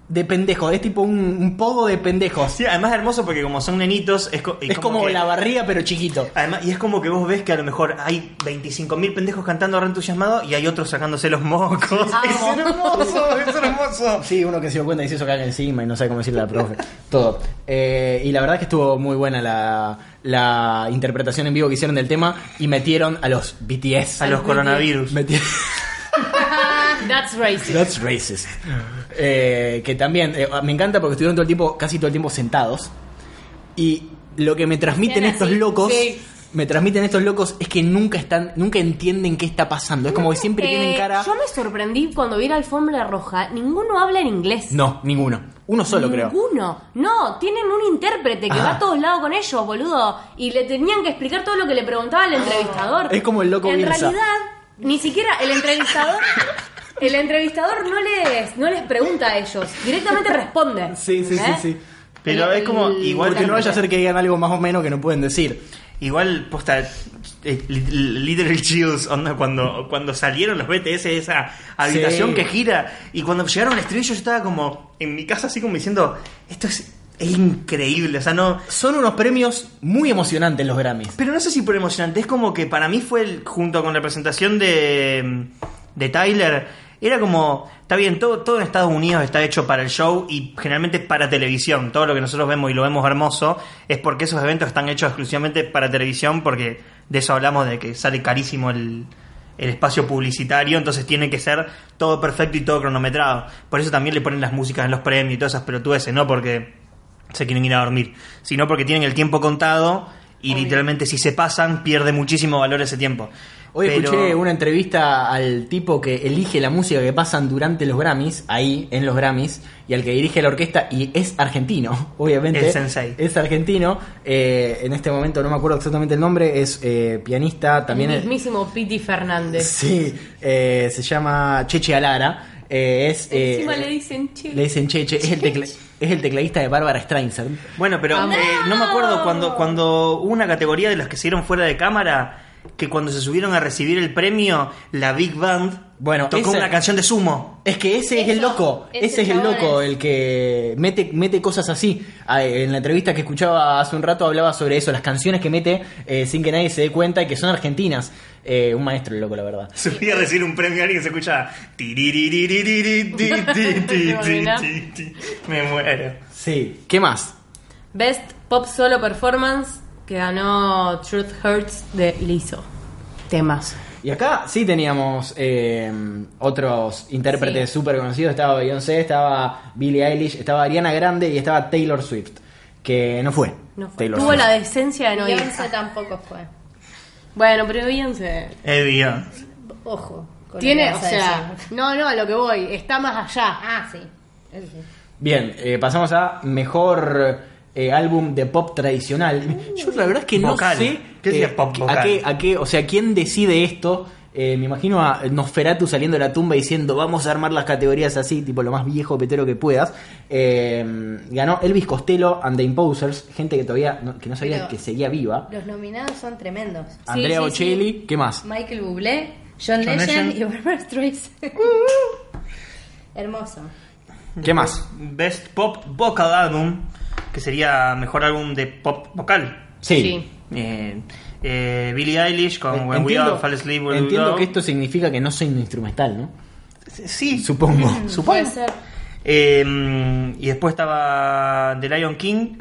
B: de pendejo. Es tipo un, un pogo de pendejos.
C: Sí, además es hermoso porque como son nenitos, es, co- y
B: es como,
C: que-
B: la barriga, pero chiquito.
C: Además, y es como que vos ves que a lo mejor hay 25.000 pendejos cantando re entusiasmado y hay otros sacándose los mocos. Es
D: Amo.
C: hermoso, es hermoso.
B: Sí, uno que se dio cuenta y se hizo caca encima y no sabe cómo decirle a la profe. Todo. Eh, y la verdad que estuvo muy buena la, la interpretación en vivo que hicieron del tema y metieron a los BTS.
C: A los coronavirus.
B: Metieron-
D: That's racist.
B: That's racist. Eh, que también eh, me encanta porque estuvieron todo el tiempo, casi todo el tiempo sentados. Y lo que me transmiten
E: Hacían
B: estos
E: así,
B: locos,
D: sí.
B: me transmiten estos locos es que nunca están, nunca entienden qué está pasando. Es como que siempre tienen
D: Eh,
B: cara.
D: Yo me sorprendí cuando vi la alfombra roja. Ninguno habla en inglés.
B: No, ninguno. Uno solo creo.
D: Ninguno. No, tienen un intérprete que
B: Ah.
D: va a todos lados con ellos, boludo. Y le tenían que explicar todo lo que le preguntaba al entrevistador.
B: Es como el loco
D: En
B: Bielsa.
D: realidad, ni siquiera el entrevistador. El entrevistador no les, no les pregunta a ellos, directamente responde.
B: Sí, sí, sí,
D: ¿Eh?
B: sí.
C: Pero es como
D: El-
C: igual
B: Porque
C: que
B: no vaya a ser que digan algo más o menos que no pueden decir.
C: Igual, posta, eh, li- Little Chills, onda, cuando, cuando salieron los BTS de esa habitación
B: Sí.
C: que gira, y cuando llegaron al estribillo yo estaba como en mi casa así como diciendo, esto es, es increíble, o sea, no...
B: Son unos premios muy emocionantes los Grammys.
C: Pero no sé si por emocionante, es como que para mí fue el- junto con la presentación de, de Tyler, era como, está bien, todo, todo en Estados Unidos está hecho para el show y generalmente para televisión, todo lo que nosotros vemos y lo vemos hermoso, es porque esos eventos están hechos exclusivamente para televisión, porque de eso hablamos, de que sale carísimo el, el espacio publicitario, entonces tiene que ser todo perfecto y todo cronometrado. Por eso también le ponen las músicas en los premios y todas esas pelotudeces, ¿no? Porque se quieren ir a dormir, sino porque tienen el tiempo contado y literalmente si se pasan pierde muchísimo valor ese tiempo.
B: Hoy
C: Pero-
B: escuché una entrevista al tipo que elige la música que pasan durante los Grammys, ahí en los Grammys, y al que dirige la orquesta, y es argentino, obviamente.
C: El sensei.
B: Es argentino. eh, en este momento no me acuerdo exactamente el nombre, es eh, pianista, también
D: El
B: es-
D: mismísimo Piti Fernández.
B: Sí, eh, se llama Cheche Alara. eh, es, eh,
D: Encima le dicen che.
B: le dicen Cheche, es el, tecla- es el tecladista de Bárbara Streisand.
C: Bueno, pero
D: Amo.
C: eh, no me acuerdo cuando, cuando hubo una categoría de los que se dieron fuera de cámara, que cuando se subieron a recibir el premio, la Big Band
B: Bueno,
C: tocó
B: esa-
C: una canción de sumo.
B: Es que ese es el
E: Eso,
B: loco, ese,
E: ese
B: es el
E: chabón
B: loco,
E: es.
B: el que mete, mete cosas así. Ah, En la entrevista que escuchaba hace un rato hablaba sobre eso, las canciones que mete eh, sin que nadie se dé cuenta y que son argentinas. Eh, un maestro el loco, la verdad.
C: Subí a recibir un premio y alguien se escucha... "Tiririririri, ti, ti, ti, ti, ti, ti". Me muero.
B: Sí. ¿Qué más?
D: Best Pop Solo Performance que ganó Truth Hurts de Lizzo. Temas.
B: Y acá sí teníamos eh, otros intérpretes súper conocidos. Estaba Beyoncé, estaba Billie Eilish, estaba Ariana Grande y estaba Taylor Swift. Que no fue.
D: No fue.
B: Taylor
D: Tuvo
B: Swift.
D: la decencia de no ir.
E: Beyoncé tampoco fue.
D: Bueno, pero Beyoncé
C: Eh, Dios.
E: Ojo. con
D: Tiene,
E: lo
D: o
E: que vas a
D: sea,
E: decir.
D: no, no, a lo que voy, está más allá.
E: Ah, sí. Eso sí.
B: Bien, eh, pasamos a mejor eh, álbum de pop tradicional. Yo la verdad es que no
C: Uh. Vocal.
B: sé eh,
C: ¿Qué sería pop vocal?
B: a qué, a qué, o sea, quién decide esto. Eh, me imagino a Nosferatu saliendo de la tumba diciendo vamos a armar las categorías así, tipo lo más viejo petero que puedas. Eh, ganó Elvis Costello and the Imposers, gente que todavía no- que no sabía
E: Pero-
B: que seguía viva.
E: Los nominados son tremendos.
B: Andrea
D: sí,
B: Bocelli, ¿qué más?
E: Michael Bublé, John,
C: John
E: Legend
C: Legend.
E: y Barbara Streisand.
D: Uh-huh.
E: Hermoso.
B: ¿Qué más?
C: Best Pop Vocal Album, que sería mejor álbum de pop vocal.
B: Sí.
C: Eh, eh, Billie Eilish con When We All Fall Asleep Will We
B: entiendo
C: Go.
B: que esto significa que no soy un instrumental, ¿no?
C: Sí,
B: Supongo.
C: supongo.
E: Puede ser.
C: Eh, y después estaba The Lion King,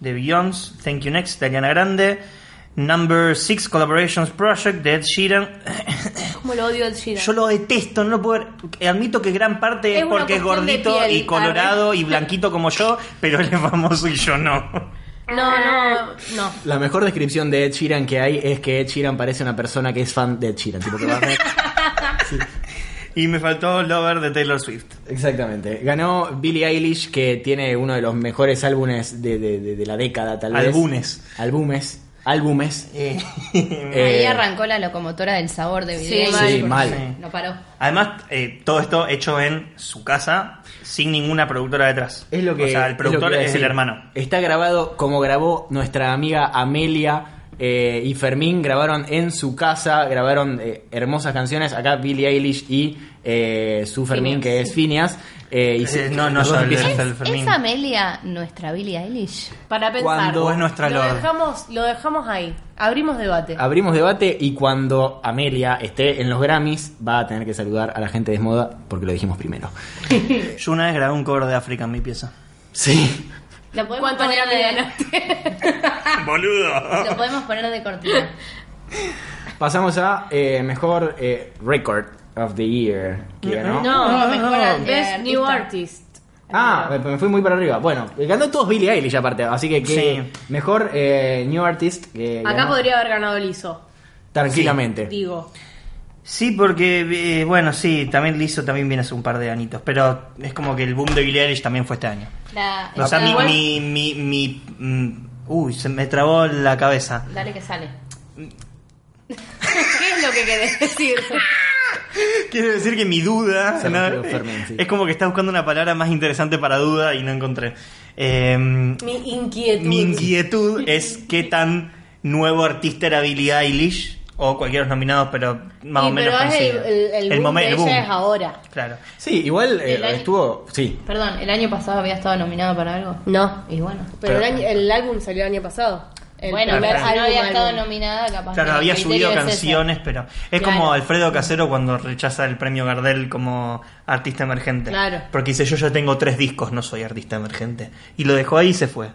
C: de Beyoncé, Thank You Next, de Ariana Grande. Number 6 Collaborations Project de Ed Sheeran.
D: Como lo odio el Sheeran.
C: Yo lo detesto, no lo puedo. ver. Admito que gran parte
D: Es
C: es,
D: una
C: porque es
D: cuestión de
C: gordito
D: piel,
C: y colorado y blanquito como yo, pero él es famoso y yo no.
D: No, no, no.
B: La mejor descripción de Ed Sheeran que hay es que Ed Sheeran parece una persona que es fan de Ed Sheeran. tipo que va a-
C: Y me faltó Lover de Taylor Swift.
B: Exactamente. Ganó Billie Eilish, que tiene uno de los mejores álbumes de, de- de- de la década, tal vez.
C: Álbumes.
B: Álbumes. Álbumes.
E: Ahí
B: Eh,
E: arrancó la locomotora del sabor de
D: Sí,
E: Billie
D: mal.
E: Eilish,
B: Sí,
E: porque
B: mal.
E: No paró.
C: Además, eh, todo esto hecho en su casa, sin ninguna productora detrás.
B: Es lo que.
C: O sea,
B: es
C: el
B: lo que
C: productor
B: iba a
C: es, el
B: decir.
C: hermano.
B: Está grabado como grabó nuestra amiga Amelia eh, y Fermín grabaron en su casa, grabaron eh, hermosas canciones. Acá Billie Eilish y eh, su Fermín,
E: Phineas.
B: que es Phineas. eh, y se-
C: Eh, no, no,
B: los dos
C: yo-
B: empiezan-
C: el-
E: ¿Es,
C: Fermín.
E: es Amelia nuestra Billie Eilish?
D: Para pensar.
B: Cuando-
C: O es nuestra
D: lo
C: Lord.
D: dejamos, lo dejamos ahí. Abrimos debate.
C: Ah.
B: Abrimos debate y cuando Amelia esté en los Grammys va a tener que saludar a la gente de Moda porque lo dijimos primero.
C: Yo una vez grabé un cover de África en mi pieza.
B: Sí.
E: ¿Lo podemos
D: ¿Cuánto
E: poner
D: le
E: de,
D: ganaste?
C: ¡Boludo!
E: Lo podemos poner de cortina.
B: Pasamos a eh, mejor eh, record of the year.
C: Mm,
B: que ganó.
E: No, mejor al de
D: Best New
E: artista.
D: Artist.
B: Ah, me- me fui muy para arriba. Bueno, ganó todos Billie Eilish aparte, así que, que mejor eh, New Artist que
D: Acá
B: ganó
D: podría haber ganado Liso,
B: tranquilamente.
D: digo.
C: Sí, porque, eh, bueno, sí, también Lizzo también viene hace un par de añitos, pero es como que el boom de Billie Eilish también fue este año.
E: La,
C: O sea,
E: la-
C: mi,
D: igual-
C: mi, mi, mi- mm, Uy, se me trabó la cabeza.
E: Dale que sale.
D: ¿Qué es lo que querés decir?
C: Quiero decir que mi duda
B: Se
C: ¿no?
B: refirió Fermín, sí.
C: es como que está buscando una palabra más interesante para duda y no encontré. Eh,
D: Mi inquietud.
C: Mi inquietud es qué tan nuevo artista era Billie Eilish o cualquiera de los nominados, pero más
D: Y
C: o menos
D: Pero es el,
C: coincide.
D: el, el boom
C: momen-
D: de
C: el
D: ella
C: boom.
D: es ahora.
C: Claro.
B: Sí, igual eh,
E: El año-
B: estuvo, sí.
E: Perdón, ¿el año pasado había estado nominado para algo?
D: No.
E: Y bueno.
D: Pero
B: Pero-
D: el, año- el álbum salió el año pasado. El
E: bueno,
D: primer
E: pero si no
D: álbum,
E: había estado
D: álbum.
E: nominada, capaz.
C: Claro,
E: que el
C: había
E: criterio
C: subido
E: es ese.
C: canciones, pero es
E: Claro.
C: como Alfredo Casero cuando rechaza el premio Gardel como artista emergente.
D: Claro.
C: Porque dice, yo ya tengo tres discos, no soy artista emergente. Y lo dejó ahí y se fue.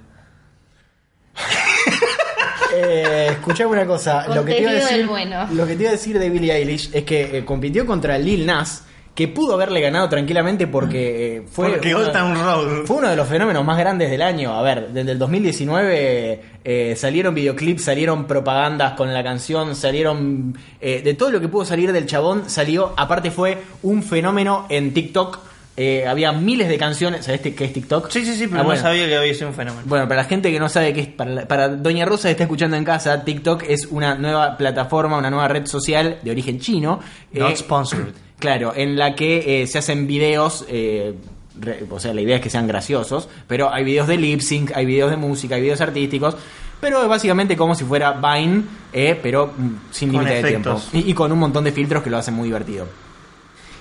B: Eh, escuchame una cosa, lo que, te iba a
E: Contenido del
B: decir,
E: bueno.
B: lo que te iba a decir de Billie Eilish es que eh, compitió contra Lil Nas, que pudo haberle ganado tranquilamente porque eh, fue
C: Porque
B: uno-
C: Old Town Road.
B: Fue uno de los fenómenos más grandes del año. A ver, desde el 2019 eh, salieron videoclips, salieron propagandas con la canción, salieron. eh, de todo lo que pudo salir del chabón, salió. Aparte, fue un fenómeno en TikTok. Eh, había miles de canciones. ¿Sabés te- qué es TikTok?
C: Sí, sí, sí, pero
B: Ah,
C: no
B: bueno.
C: sabía que había sido un fenómeno.
B: Bueno, para la gente que no sabe qué es, para, la- para Doña Rosa que está escuchando en casa, TikTok es una nueva plataforma, una nueva red social de origen chino.
C: Not
B: eh,
C: sponsored.
B: Claro, en la que eh, se hacen videos, eh, re- o sea, la idea es que sean graciosos, pero hay videos de lip sync, hay videos de música, hay videos artísticos, pero es básicamente como si fuera Vine, eh, pero mm, sin
C: Con
B: límite de tiempo.
C: efectos.
B: Y, y con un montón de filtros que lo hacen muy divertido.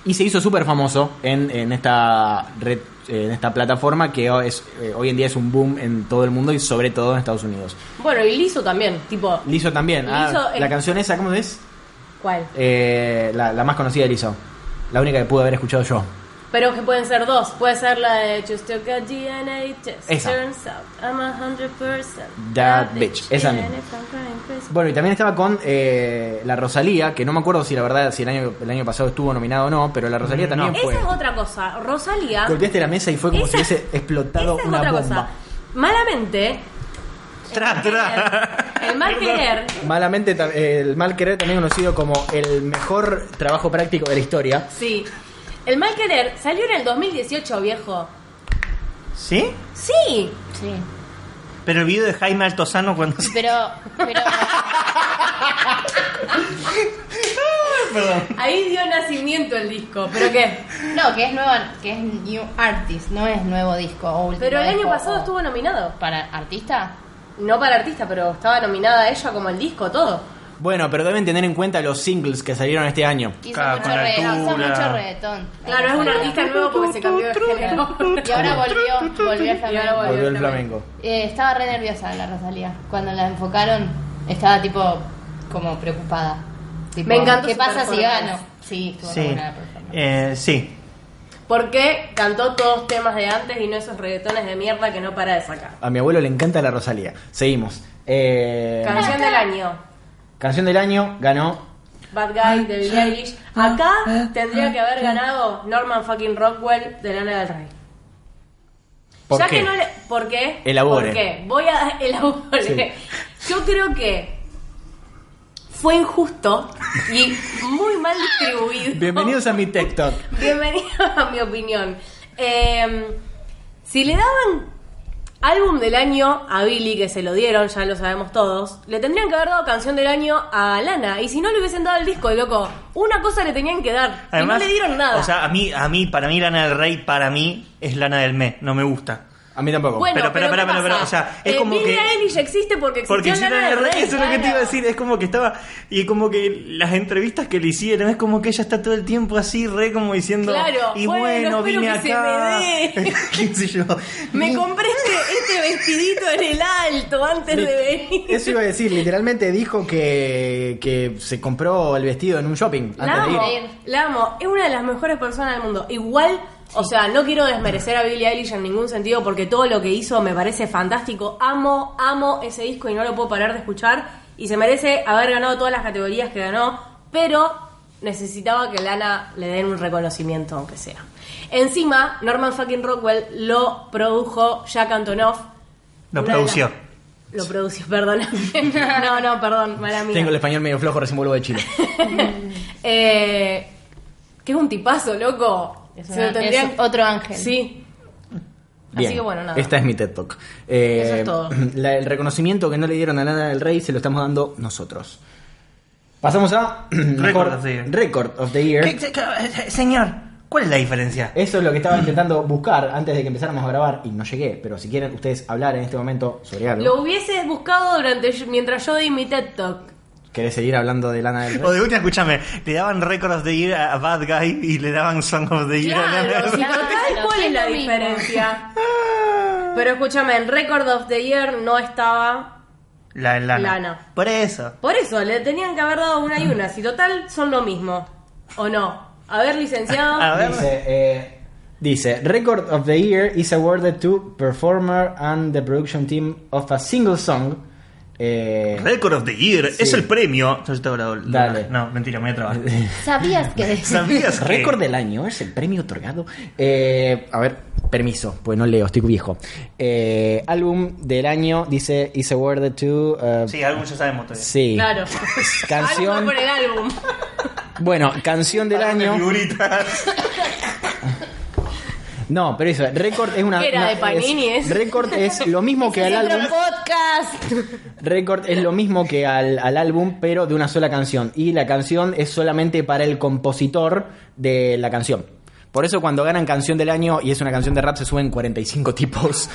B: Y se hizo súper famoso en, en esta red, eh, en esta plataforma que ho- es, eh, hoy en día es un boom en todo el mundo y sobre todo en Estados Unidos.
D: Bueno, y Liso también, tipo.
B: Lizo también. Ah,
D: Lizzo, eh.
B: la canción esa, ¿cómo es?
D: ¿Cuál?
B: Eh, la, la más conocida de Lizo. La única que pude haber escuchado yo.
D: Pero que pueden ser dos. Puede ser la de Just took a DNA test.
B: Esa.
D: Turns out I'm a 100%
B: That bitch. Esa misma. Bueno, y también estaba con eh, la Rosalía, que no me acuerdo si la verdad, si el año, el año pasado estuvo nominado o no, pero la Rosalía
C: Mm,
B: también
C: no.
B: fue.
D: Esa es otra cosa. Rosalía.
B: Golpeaste la mesa y fue como
D: Esa-
B: si hubiese explotado
D: Esa es
B: una
D: otra
B: bomba.
D: cosa. Malamente,
C: Tra, tra.
D: el mal querer.
B: Malamente, ta- el mal querer también conocido como el mejor trabajo práctico de la historia.
D: Sí. El mal querer salió en el 2018, viejo.
C: ¿Sí?
D: Sí.
E: Sí.
C: Pero el video de Jaime Altozano cuando se...
E: Pero, pero
D: Ahí dio nacimiento el disco. ¿Pero qué?
E: no, que es nueva, que es new artist, no es nuevo disco o último
D: Pero el año
E: disco,
D: pasado
E: o-
D: estuvo nominado.
E: para artista.
D: No para artista, pero estaba nominada ella como el disco, todo.
B: Bueno, pero deben tener en cuenta los singles que salieron este año.
E: Hizo
C: Claro,
E: mucho
C: con
E: reggaetón, hizo
C: altura.
E: mucho reggaetón.
D: Claro, es un artista nuevo porque se cambió de género.
E: Y ahora volvió, volvió al
D: Y ahora
E: flamenco.
B: Volvió el flamenco.
E: Eh, estaba re nerviosa la Rosalía. Cuando la enfocaron, estaba tipo como preocupada. Tipo,
D: Me encantó
E: ¿Qué
D: su
E: pasa si
D: performance.
E: gano? Sí, estuvo re
C: Sí.
E: buena la performance.
C: Eh, sí.
D: Porque cantó todos temas de antes y no esos reggaetones de mierda que no para de sacar.
B: A mi abuelo le encanta la Rosalía. Seguimos. Eh,
D: Canción del año.
B: canción del año ganó.
D: Bad Guy de Billie Eilish.
B: ah,
D: Acá tendría que haber ganado Norman fucking Rockwell de Lana del Rey.
B: ¿Por
D: ya
B: qué?
D: que no le- ¿Por qué?
B: Elabore.
D: ¿Por qué? Voy a elabore. Yo creo que fue injusto y muy mal distribuido.
B: Bienvenidos a mi TikTok.
D: Bienvenido a mi opinión. Eh, si le daban álbum del año a Billy, que se lo dieron, ya lo sabemos todos, le tendrían que haber dado canción del año a Lana. Y si no le hubiesen dado el disco, loco, una cosa le tenían que dar. y no le dieron nada.
C: O sea, a mí, a mí, para mí Lana del Rey, para mí, es Lana del Me, no me gusta.
B: A mí tampoco.
D: Bueno,
C: Pero,
D: pero,
C: pero,
D: ¿qué
C: pero, pero,
D: pasa?
C: pero, o sea, es como
D: Billie
C: que-
D: Eilish existe porque existió
C: Porque
D: Lana
C: Lana
D: del Rey.
C: eso es lo que te iba a
D: claro.
C: decir, es como que estaba, y como que las entrevistas que le hicieron, es como que ella está todo el tiempo así, re como diciendo,
D: Claro,
C: y
D: bueno,
C: bueno,
D: espero
C: vine
D: que se
C: acá,
D: me dé.
C: qué sé yo.
D: Me compré este, este vestidito en el alto antes de venir.
B: Eso iba a decir, literalmente dijo que, que se compró el vestido en un shopping
D: La
B: antes
D: amo,
B: de ir.
D: la amo. Es una de las mejores personas del mundo. Igual, o sea, no quiero desmerecer a Billie Eilish en ningún sentido porque todo lo que hizo me parece fantástico. Amo, amo ese disco y no lo puedo parar de escuchar. Y se merece haber ganado todas las categorías que ganó, pero necesitaba que Lana le den un reconocimiento, aunque sea. Encima, Norman fucking Rockwell lo produjo Jack Antonoff.
C: Lo
D: Una de las-
C: produció.
D: Lo produció, perdón. no, no, perdón, mala mía.
B: Tengo el español medio flojo, recién vuelvo de Chile.
D: Eh, que es un tipazo, loco.
E: Es,
D: Se
E: una-
D: lo tendrían-
E: es otro ángel.
D: Sí.
B: Bien,
D: Así que bueno, nada.
B: Esta es mi TED Talk. Eh,
D: Eso es todo.
B: la- el reconocimiento que no le dieron a Lana del Rey se lo estamos dando nosotros. Pasamos a mejor
C: of the Year.
B: Record of the Year.
C: ¿Qué- qué- qué- Señor, ¿cuál es la diferencia?
B: Eso es lo que estaba intentando buscar antes de que empezáramos a grabar y no llegué. Pero si quieren ustedes hablar en este momento sobre algo,
D: Lo hubieses buscado durante mientras yo di mi TED Talk.
B: ¿querés seguir hablando de Lana del
C: O
B: Rey?
C: de una, escúchame, le daban Record of the Year a a Bad Guy y le daban Song of the Year a Lana
D: Claro,
C: del
D: si
C: Rey.
E: Claro,
D: total, ¿cuál es la
E: es lo mismo.
D: diferencia? Pero escúchame, en Record of the Year no estaba.
C: La de Lana.
D: Lana.
C: Por eso.
D: Por eso, le tenían que haber dado una y una. Si total, son lo mismo. ¿O no? A ver, licenciado.
B: Ah,
C: A ver.
B: Dice, eh, dice, Record of the Year is awarded to performer and the production team of a single song. Eh,
C: Record of the Year
B: Sí.
C: es el premio. Yo te hago la- la-
B: Dale.
C: No, mentira, me voy a trabajar.
E: ¿Sabías que
C: ¿Sabías que-
B: Récord del año, es el premio otorgado. Eh, a ver, permiso, pues no leo, estoy viejo. Eh, álbum del año dice Is Awarded to. eh,
C: Sí, algo ya sabemos todavía.
B: sí.
D: Claro.
B: Canción.
D: Algo por el álbum.
B: Bueno, canción del
C: Algo de
B: año.
C: Figuritas.
B: No, pero eso, récord es una.
D: ¿Qué era,
B: una-
D: de Panini
B: es-
D: ese?
B: Récord es lo mismo que al álbum.
E: podcast?
B: Record es lo mismo que al, al álbum, pero de una sola canción. Y la canción es solamente para el compositor de la canción. Por eso cuando ganan canción del año y es una canción de rap se suben 45 tipos,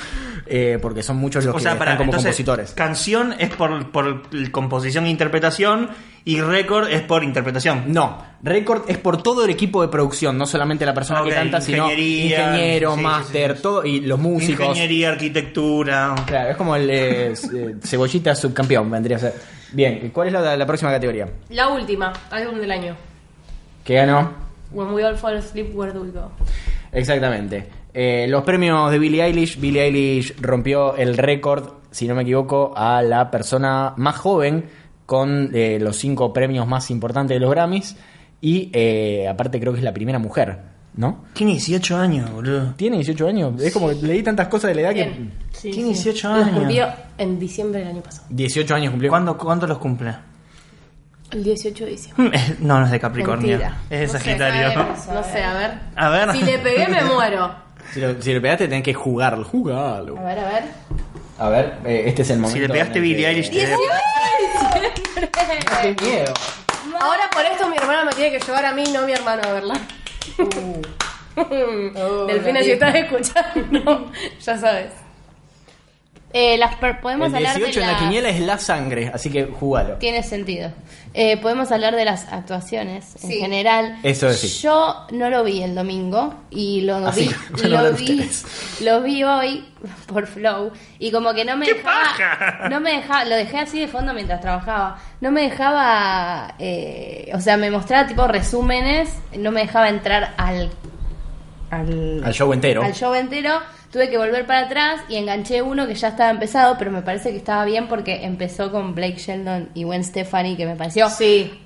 B: eh, porque son muchos los
C: O
B: que
C: sea,
B: están
C: para
B: como
C: entonces,
B: compositores.
C: Canción es por, por el- composición e interpretación y récord es por interpretación.
B: No, Record es por todo el equipo de producción, no solamente la persona
C: Ok,
B: que canta, sino
C: ingeniería,
B: ingeniero,
C: sí, sí,
B: máster,
C: sí.
B: todo y los músicos.
C: Ingeniería, arquitectura.
B: Claro, es como el eh, eh, cebollita subcampeón vendría a ser. Bien, ¿cuál es la, la próxima categoría?
D: La última, álbum del año.
B: ¿Qué ganó?
D: When we all fall asleep, where do we go?
B: Exactamente. Eh, los premios de Billie Eilish. Billie Eilish rompió el récord, si no me equivoco, a la persona más joven con eh, los cinco premios más importantes de los Grammys. Y eh, aparte creo que es la primera mujer, ¿no?
C: Tiene 18 años, boludo.
B: Tiene 18 años. Es como que leí tantas cosas de la edad
D: Bien. Sí,
C: Tiene
D: sí.
C: 18
D: Los
C: años.
D: cumplió en diciembre del año pasado.
B: que... 18 años cumplió.
C: ¿Cuándo, ¿Cuándo los cumple?
D: El 18 de diciembre.
C: Mm, es- No, no es de Capricornio.
D: Mentira.
C: Es de
E: No sé,
C: Sagitario.
E: sabemos.
D: No sé, a ver.
C: A ver. Eh.
D: Si le pegué, me muero.
B: Si lo, si lo pegaste tenés que jugarlo. Jugalo.
E: A ver, a ver.
B: A ver, eh, este es el momento.
C: Si le pegaste
B: en el que-
C: Billie Eilish, te-
B: ¡Qué miedo!
D: Ahora por esto mi hermana me tiene que llevar a mí, no mi hermano, a verla.
C: Uh. Oh,
D: Delfina, si estás escuchando, ya sabes.
E: Eh, las per- podemos
B: El
E: hablar
B: 18 en
E: de
B: la
E: las-
B: quiniela es la sangre, así que jugalo.
E: Tiene sentido. Eh, podemos hablar de las actuaciones en
D: Sí.
E: general.
B: Eso es, sí. Ah,
E: Yo no lo vi el domingo y lo
B: Así
E: vi,
B: que van a
E: lo
B: hablar
E: vi,
B: ustedes.
E: lo vi hoy por Flow y como que no me dejaba, no me dejaba, lo dejé así de fondo mientras trabajaba. No me dejaba, eh, o sea, me mostraba tipo resúmenes, no me dejaba entrar al al,
B: Al show entero.
E: al show entero. Tuve que volver para atrás y enganché uno que ya estaba empezado, pero me parece que estaba bien porque empezó con Blake Sheldon y Gwen Stefani, que me pareció
D: Sí.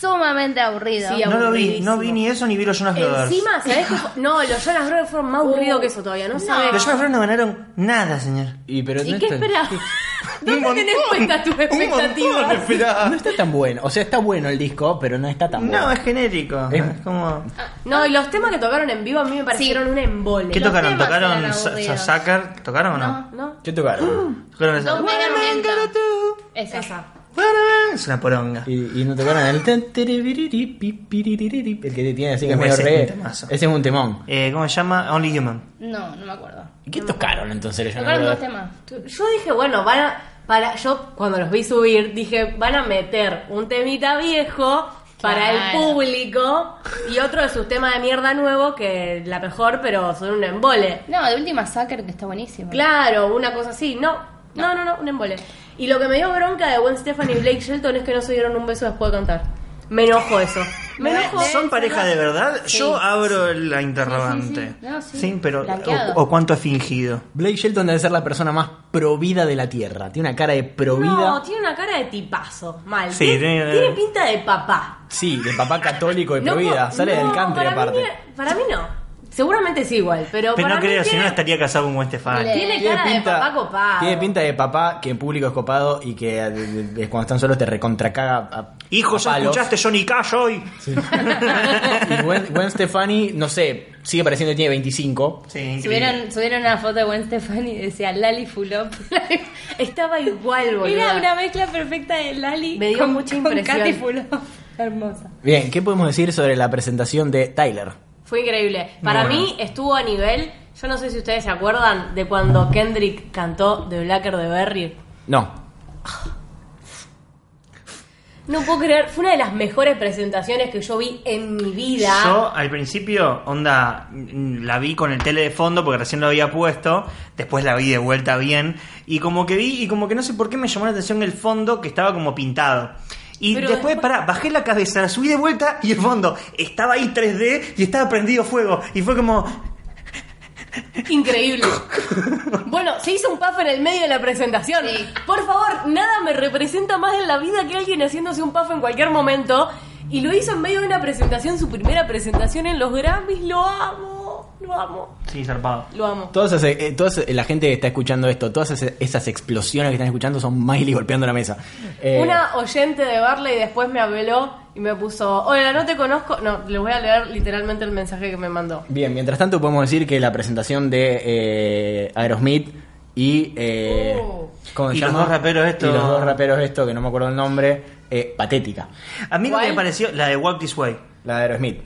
E: sumamente aburrido.
D: Sí,
C: No lo vi, no vi ni eso ni vi los Jonas Brothers.
D: Encima, ¿sabés qué? fue? No, los Jonas Brothers fueron más aburridos que eso todavía, no, sabes.
C: Los Jonas Brothers Uh. no ganaron nada, señor.
B: Y, pero
D: ¿Y
B: no
D: qué
B: está-
D: esperabas? ¿Dónde
C: Un
D: tenés
C: montón,
D: puestas tus
C: un montón
D: expectativas?
C: esperaba.
B: No está tan bueno. O sea, está bueno el disco, pero no está tan bueno.
C: No, es genérico.
B: Es-
C: Es como.
D: No, y los temas que tocaron en vivo a mí me parecieron un embole.
C: ¿Qué
E: Los
C: tocaron?
E: temas
C: ¿Tocaron
E: eran
C: Sa- Sa-
E: aburridos.
C: Sucker? ¿Tocaron o no?
E: No.
D: ¿No?
B: ¿Qué tocaron?
C: ¿Tocaron esa?
E: Dos
C: What a man
E: menos
C: gotta
E: lento.
C: do,
E: Esa.
D: Esa.
C: what a man es una poronga.
B: Y, y no tocaron el tan, teribiriri, pi, piririri, el que tiene así que
C: Uh,
B: es medio
C: ese es
B: re.
C: un temazo.
B: ese es un temón.
C: Eh, ¿Cómo se llama? Only Human.
E: No, no me acuerdo.
B: ¿Qué tocaron entonces? Yo no
E: Tocaron
B: me
E: dos
B: acuerdo.
E: temas.
D: Yo dije, bueno, van a. Para, yo cuando los vi subir dije, van a meter un temita viejo para el
E: Claro.
D: público y otro de sus temas de mierda nuevo que la mejor, pero son un embole.
E: No, de última Sucker, que está buenísimo.
D: Claro, una cosa así. No, no, no, no, un embole. Y lo que me dio bronca de Gwen Stefani y Blake Shelton es que no se dieron un beso después de cantar. Me enojo eso. Me
E: Me-
D: enojo.
E: de-
D: eso.
E: sí,
C: ¿Son pareja de verdad?
E: sí.
C: Yo abro la interrogante.
E: Sí, sí, sí. No, sí.
C: pero.
E: Blanqueado.
C: O, o cuánto es fingido?
B: Blake Shelton debe ser la persona más provida de la Tierra. Tiene una cara de provida.
D: No, tiene una cara de tipazo, mal.
C: Sí,
D: tiene,
C: tiene-
D: tiene pinta de papá.
B: Sí, de papá católico de
D: No,
B: provida. Sale
D: no,
B: del country
D: para
B: aparte.
D: Mí, para mí no. Seguramente sí igual, pero,
C: Pero no
D: para mí
C: creo, si no
D: tiene,
C: estaría casado con Gwen Stefani.
E: Le-
D: tiene cara de papá copado.
B: tiene pinta de papá que en público es copado y que eh, de- de- cuando están solos te recontracaga. a-
C: Hijo,
B: a
C: ¿ya
B: palos.
C: escuchaste Johnny Cash hoy?
B: Y Gwen, Gwen Stefani, no sé, sigue pareciendo que tiene 25.
C: Sí, increíble.
E: Subieron, subieron una foto de Gwen Stefani y decía Lali Fulop.
D: Estaba igual, boludo.
E: Era una mezcla perfecta de Lali
D: Me dio
E: con,
D: mucha
E: con
D: impresión.
E: Katy Fulop. Hermosa.
B: Bien, ¿qué podemos decir sobre la presentación de Tyler?
D: Fue increíble. Para
C: Bueno.
D: mí estuvo a nivel, yo no sé si ustedes se acuerdan de cuando Kendrick cantó The Blacker de Berry.
B: No.
D: No puedo creer, fue una de las mejores presentaciones que yo vi en mi vida.
C: Yo al principio, onda, mm, la vi con el tele de fondo porque recién lo había puesto, después la vi de vuelta bien, y como que vi, y como que no sé por qué me llamó la atención el fondo que estaba como pintado. Y
D: Pero
C: después,
D: después-
C: pará, bajé la cabeza, subí de vuelta y el fondo estaba ahí 3D y estaba prendido fuego. Y fue como,
D: Increíble. Bueno, se hizo un puff en el medio de la presentación.
E: Sí.
D: Por favor, nada me representa más en la vida que alguien haciéndose un puff en cualquier momento. Y lo hizo en medio de una presentación, su primera presentación en los Grammys. Lo amo, lo amo,
C: sí, zarpado.
D: lo amo.
B: Todas, esas- eh, todas eh, la gente que está escuchando esto, todas esas, esas explosiones que están escuchando son Miley golpeando la mesa. Eh,
D: Una oyente de Barley después me habló y me puso, hola, no te conozco. No, les voy a leer literalmente el mensaje que me mandó.
B: Bien, mientras tanto podemos decir que la presentación de eh, Aerosmith y... eh,
D: Oh.
B: ¿cómo se
C: Y los
B: llama?
C: dos raperos estos.
B: Y los dos raperos estos, que no me acuerdo el nombre, eh, patética.
C: A mí lo que
D: ¿Cuál?
C: me pareció, la de Walk This Way.
B: La de Aerosmith.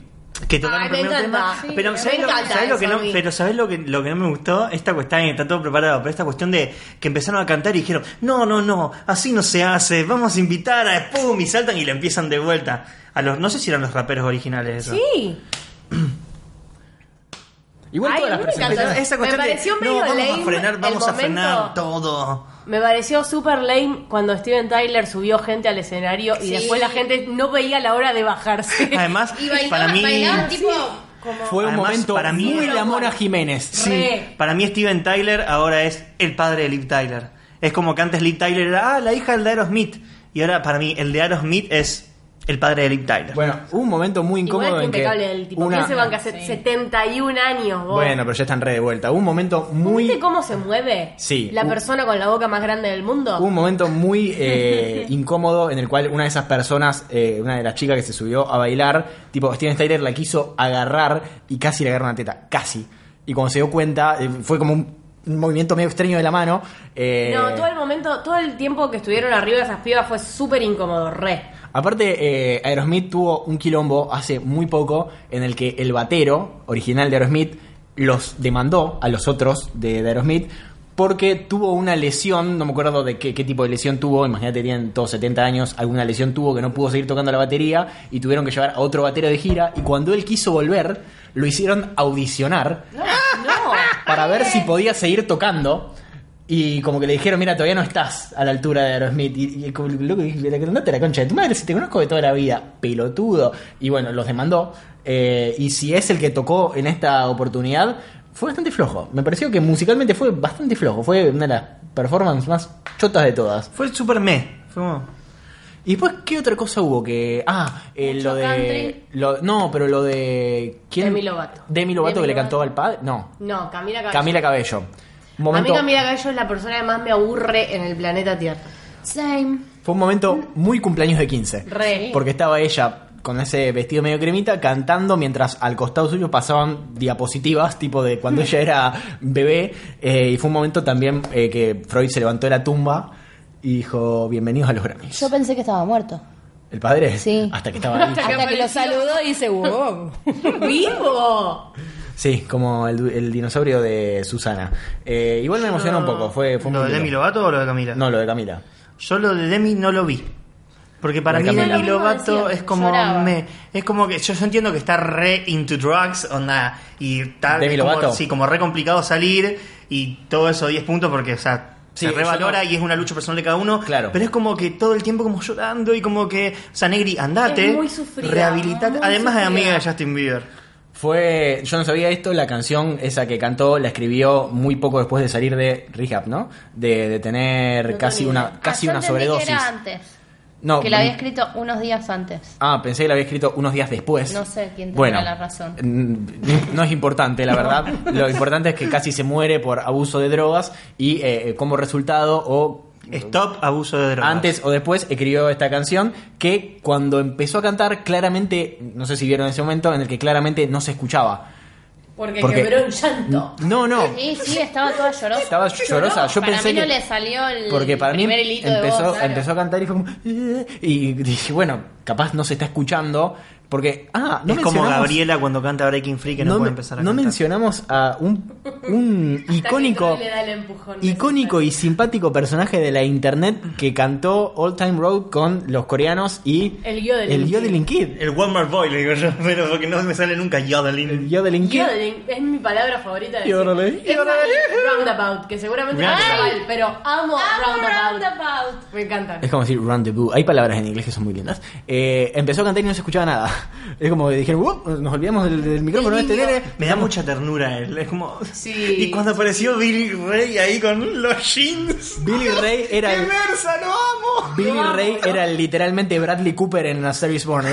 C: Que tocaron
D: Ay,
C: el primer
D: me encanta.
C: tema.
D: Sí,
C: pero
D: me
C: ¿sabés lo,
D: encanta
C: sabés lo
D: eso
C: que
D: a
C: no,
D: mí.
C: pero ¿sabés lo que, lo que no me gustó? Esta cuestión está todo preparado, pero esta cuestión de que empezaron a cantar y dijeron, no, no, no, así no se hace, vamos a invitar a Spum y saltan y le empiezan de vuelta. A los, no sé si eran los raperos originales eso.
D: Sí.
B: Igual
D: Ay,
B: todas
D: a
B: las
D: mí me
B: presentaciones...
C: Pero
D: encantó.
C: esa
D: Me
C: cuestión de,
D: pareció medio
C: no, vamos
D: lame
C: a frenar,
D: el
C: vamos a
D: momento.
C: frenar todo.
D: Me pareció super lame cuando Steven Tyler subió gente al escenario y
E: Sí.
D: después la gente no veía la hora de bajarse.
C: Además,
E: Y bailaba,
C: para mí...
E: bailaban tipo como...
B: Fue un
C: Además,
B: momento
C: para mí-
B: muy de amor a Jiménez.
C: Sí,
D: Re.
C: para mí Steven Tyler ahora es el padre de Liv Tyler. Es como que antes Liv Tyler era ah, la hija del de Aerosmith. Y ahora para mí el de Aerosmith es el padre de Liv Tyler.
B: Bueno, hubo un momento muy
D: Igual
B: incómodo
D: es
B: en que...
D: impecable el tipo.
B: una-
D: ¿Quién se
E: Ah,
D: banca se- 71 años, vos?
B: Bueno, pero ya están re de vuelta. Hubo un momento muy...
D: ¿Viste cómo se mueve?
B: Sí.
D: La
B: Un-
D: persona con la boca más grande del mundo.
B: Hubo un momento muy eh, incómodo en el cual una de esas personas, eh, una de las chicas que se subió a bailar, tipo Steven Tyler la quiso agarrar y casi le agarró una teta, casi. Y cuando se dio cuenta, eh, fue como un, un movimiento medio extraño de la mano. eh,
D: No, todo el momento, todo el tiempo que estuvieron arriba esas pibas fue súper incómodo, re.
B: Aparte, eh, Aerosmith tuvo un quilombo hace muy poco en el que el batero original de Aerosmith los demandó a los otros de, de Aerosmith porque tuvo una lesión, no me acuerdo de qué, qué tipo de lesión tuvo, imagínate, tienen todos 70 años, alguna lesión tuvo que no pudo seguir tocando la batería y tuvieron que llevar a otro batero de gira y cuando él quiso volver, lo hicieron audicionar para ver
D: Eh.
B: si podía seguir tocando. Y como que le dijeron, mira, todavía no estás a la altura de Aerosmith. Y, y como el loco dijo, andate a la concha de tu madre, si te conozco de toda la vida, pelotudo. Y bueno, los demandó. Eh, y si es el que tocó en esta oportunidad, fue bastante flojo. Me pareció que musicalmente fue bastante flojo. Fue una de las performances más chotas de todas.
C: Fue el super me. Fue como-
B: Y después, ¿qué otra cosa hubo? Que. Ah, eh,
E: Mucho
B: lo de.
E: country.
B: lo- no, pero lo de.
D: Demi Lovato.
B: Demi Lovato que le
E: Demi Lovato.
B: cantó al padre. No,
D: No, Camila Cabello.
B: Camila Cabello. Un
D: A mí
B: momento-
D: Camila Cabello es la persona que más me aburre en el planeta Tierra.
E: Same.
B: Fue un momento muy cumpleaños de 15.
D: Re.
B: Porque estaba ella con ese vestido medio cremita cantando mientras al costado suyo pasaban diapositivas tipo de cuando ella era bebé. eh, y fue un momento también eh, que Freud se levantó de la tumba y dijo, bienvenidos a los Grammys.
E: Yo pensé que estaba muerto.
B: ¿El padre?
E: Sí.
B: Hasta que estaba ahí.
D: Hasta que
E: Hasta que lo
D: apareció.
E: saludó y dice, wow.
D: ¡Vivo!
B: Sí, como el, du- el dinosaurio de Susana. Eh, igual me emocionó un poco, fue, fue
C: ¿Lo
B: muy
C: de
B: lindo.
C: Demi Lovato o lo de Camila?
B: No, lo de Camila.
C: Yo lo de Demi no lo vi. Porque para
B: De
C: mí
B: Camila.
C: Demi
D: Lo mismo
C: Lovato
D: decía,
C: es como
E: lloraba.
C: me- es como que yo, yo entiendo que está re into drugs onda, y está
B: ¿Demi
C: es como-
B: Lovato?
C: sí, como re complicado salir y todo eso 10 puntos porque o sea
B: Sí,
C: se revalora
B: yo no-
C: y es una lucha personal de cada uno,
B: Claro.
C: pero es como que todo el tiempo como llorando y como que, o sea, Negri, andate,
D: Es muy sufrida,
C: rehabilitate,
D: muy
C: además es
D: sufrida.
C: amiga de Justin Bieber.
B: Fue, yo no sabía esto, la canción esa que cantó la escribió muy poco después de salir de rehab, ¿no? De, de tener casi una casi una
E: Ah, yo entendí que
B: sobredosis.
E: era antes.
B: No,
E: que la había
B: mm,
E: escrito unos días antes.
B: Ah, pensé que la había escrito unos días después.
E: No sé quién tendrá
B: bueno,
E: la razón.
B: mm, No es importante, la verdad. Lo importante es que casi se muere por abuso de drogas y eh, como resultado o
C: Stop abuso de drogas.
B: antes o después escribió esta canción que cuando empezó a cantar claramente, no sé si vieron ese momento en el que claramente no se escuchaba.
D: Porque,
B: Porque-
D: quebró un llanto.
B: No, no.
E: Sí, sí, estaba toda llorosa.
B: Estaba llorosa. Yo
E: para
B: pensé
E: mí no
B: que-
E: le salió el
B: Porque para mí
E: primer hilito de
B: empezó,
E: voz, claro.
B: empezó a cantar y fue como... "Eh", Y dije, bueno, capaz no se está escuchando. Porque... Ah, no
C: es como
B: mencionamos-
C: Gabriela cuando canta Breaking Free que no,
B: no
C: puede
B: men-
C: empezar a
B: no
C: cantar.
B: mencionamos a un, un
D: Hasta que
B: icónico...
D: Tony le da el empujón
B: Icónico y
D: necesario.
B: simpático personaje de la internet que cantó All Time Road con los coreanos y
D: El Yodeling
B: el
D: Kid.
B: Yodeling Kid.
C: El Walmart Boy, le digo yo, pero porque no me sale nunca Yodeling.
B: El Yodeling Kid.
D: Yodeling es mi palabra favorita de
B: Llórale,
D: siempre. Es
B: llórale.
D: una- Roundabout, que seguramente
C: Ay.
D: está mal, pero amo,
E: Amo
D: roundabout.
E: Roundabout.
D: Me encanta.
B: Es como decir rendezvous. Hay palabras en inglés que son muy lindas. Eh, empezó a cantar y no se escuchaba nada. Es como que dijeron, "Uh, nos olvidamos del, del micrófono de este
D: niño.
B: nene.
C: Me da mucha ternura él, es como...
D: Sí.
C: y cuando apareció Billy Ray ahí con los jeans...
B: Billy Ray era
C: ¡Qué
B: el-
C: versa, lo amo!
B: Billy Ray era literalmente Bradley Cooper en la Series Born.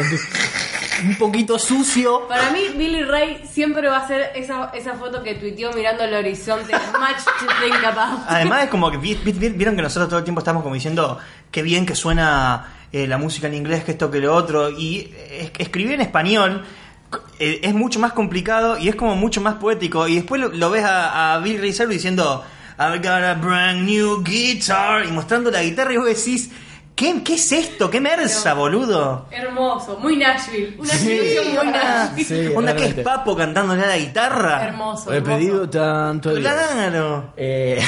B: Un poquito sucio.
D: Para mí, Billy Ray siempre va a ser esa, esa foto que tuiteó mirando el horizonte. Much to think about.
C: Además es como que vi- vi- vi- vieron que nosotros todo el tiempo estamos como diciendo qué bien que suena eh, la música en inglés, que esto, que lo otro, y eh, es- escribir en español eh, es mucho más complicado y es como mucho más poético, y después lo, lo ves a, a Bill Ray Cyrus diciendo I've got a brand new guitar, y mostrando la guitarra y vos decís, ¿qué, qué es esto? ¿Qué merza, boludo?
D: Hermoso, muy Nashville. Una
B: Sí.
D: situación
E: Ah.
D: muy Nashville.
B: Sí,
C: Onda que es
B: realmente.
C: Papo cantándole a la guitarra.
D: Hermoso.
B: Ah. He
D: hermoso.
B: pedido tanto. a Dios.
C: Claro.
B: Eh,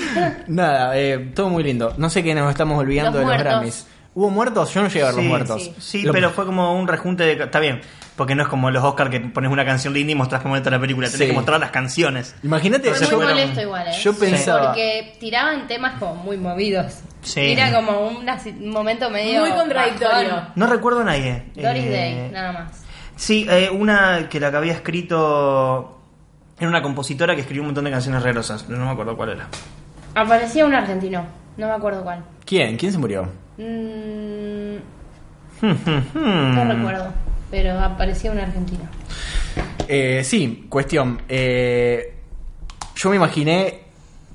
B: nada, eh, todo muy lindo. No sé qué nos estamos olvidando
E: Los
B: de
E: muertos.
B: los Grammys. ¿Hubo muertos? Yo no llegué a ver los muertos.
C: Sí, sí,
B: Lo-
C: pero fue como un rejunte de. Está bien, porque no es como los Oscar que pones una canción linda y mostrás cómo entra la película. Tenés
B: Sí.
C: que mostrar las canciones.
B: Imagínate,
E: Fue
C: se
E: muy
C: fueron-
E: molesto igual, ¿eh?
B: yo pensaba-
E: Porque tiraban temas como muy movidos.
C: Sí.
E: Era como una si- un momento medio...
D: Muy contradictorio.
E: bajón.
C: No recuerdo a nadie.
E: Doris
C: Eh,
E: Day, nada más.
C: Sí, eh, una que la que había escrito. Era una compositora que escribió un montón de canciones re grosas. No me acuerdo cuál era.
E: Aparecía un argentino, no me acuerdo cuál.
B: ¿Quién? ¿Quién se murió?
E: Mm,
C: Hmm.
E: no recuerdo, pero aparecía un argentino.
B: Eh, sí, cuestión. Eh, yo me imaginé,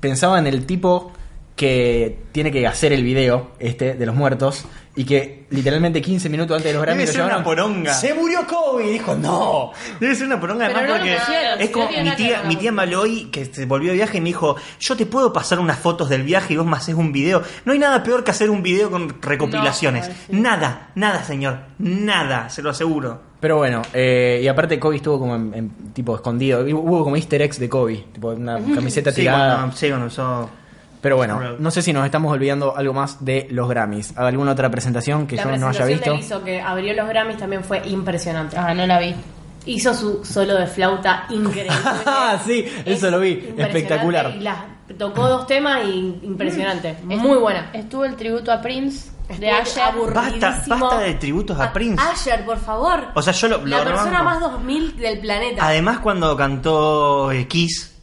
B: pensaba en el tipo que tiene que hacer el video este de los muertos y que literalmente 15 minutos antes de los Grammy
C: Debe
B: lo
C: ser una
B: llamaron,
C: poronga.
B: Se murió Kobe y dijo, no.
C: Debe ser una poronga
E: Pero
C: además
E: no lo
C: porque
E: pusieron,
C: es como
E: no tiene
C: mi
E: nada que ver
C: tía,
E: con la
C: mi tía
E: música.
C: Maloy que se volvió de viaje y me dijo, yo te puedo pasar unas fotos del viaje y vos me haces un video. No hay nada peor que hacer un video con recopilaciones.
E: No, sí.
C: Nada, nada señor, nada, se lo aseguro.
B: Pero bueno, eh, y aparte Kobe estuvo como en, en tipo escondido. Y Hubo como easter eggs de Kobe, tipo una camiseta
C: Sí,
B: tirada.
C: cuando- sí, cuando usó-
B: Pero bueno,
C: Road.
B: no sé si nos estamos olvidando algo más de los Grammys. ¿Alguna otra presentación que
D: La
B: yo no haya
D: presentación
B: visto?
D: de Lizzo que abrió los Grammys también fue impresionante.
E: Ah, no la vi.
D: Hizo su solo de flauta increíble.
B: Ah, sí, eso
D: Es
B: lo vi,
D: impresionante
B: espectacular.
D: y la- tocó dos temas y impresionante. Muy buena.
E: Estuvo el tributo a Prince de
D: Estuvo
E: Asher.
D: aburrido.
C: Basta,
D: Aburridísimo.
C: basta de tributos
E: Ah,
C: a Prince.
D: Asher, por favor.
C: O sea, yo lo,
D: la
C: lo
D: persona
C: rebanco. Ah,
D: más 2000 del planeta.
C: Además, cuando cantó eh, Kiss,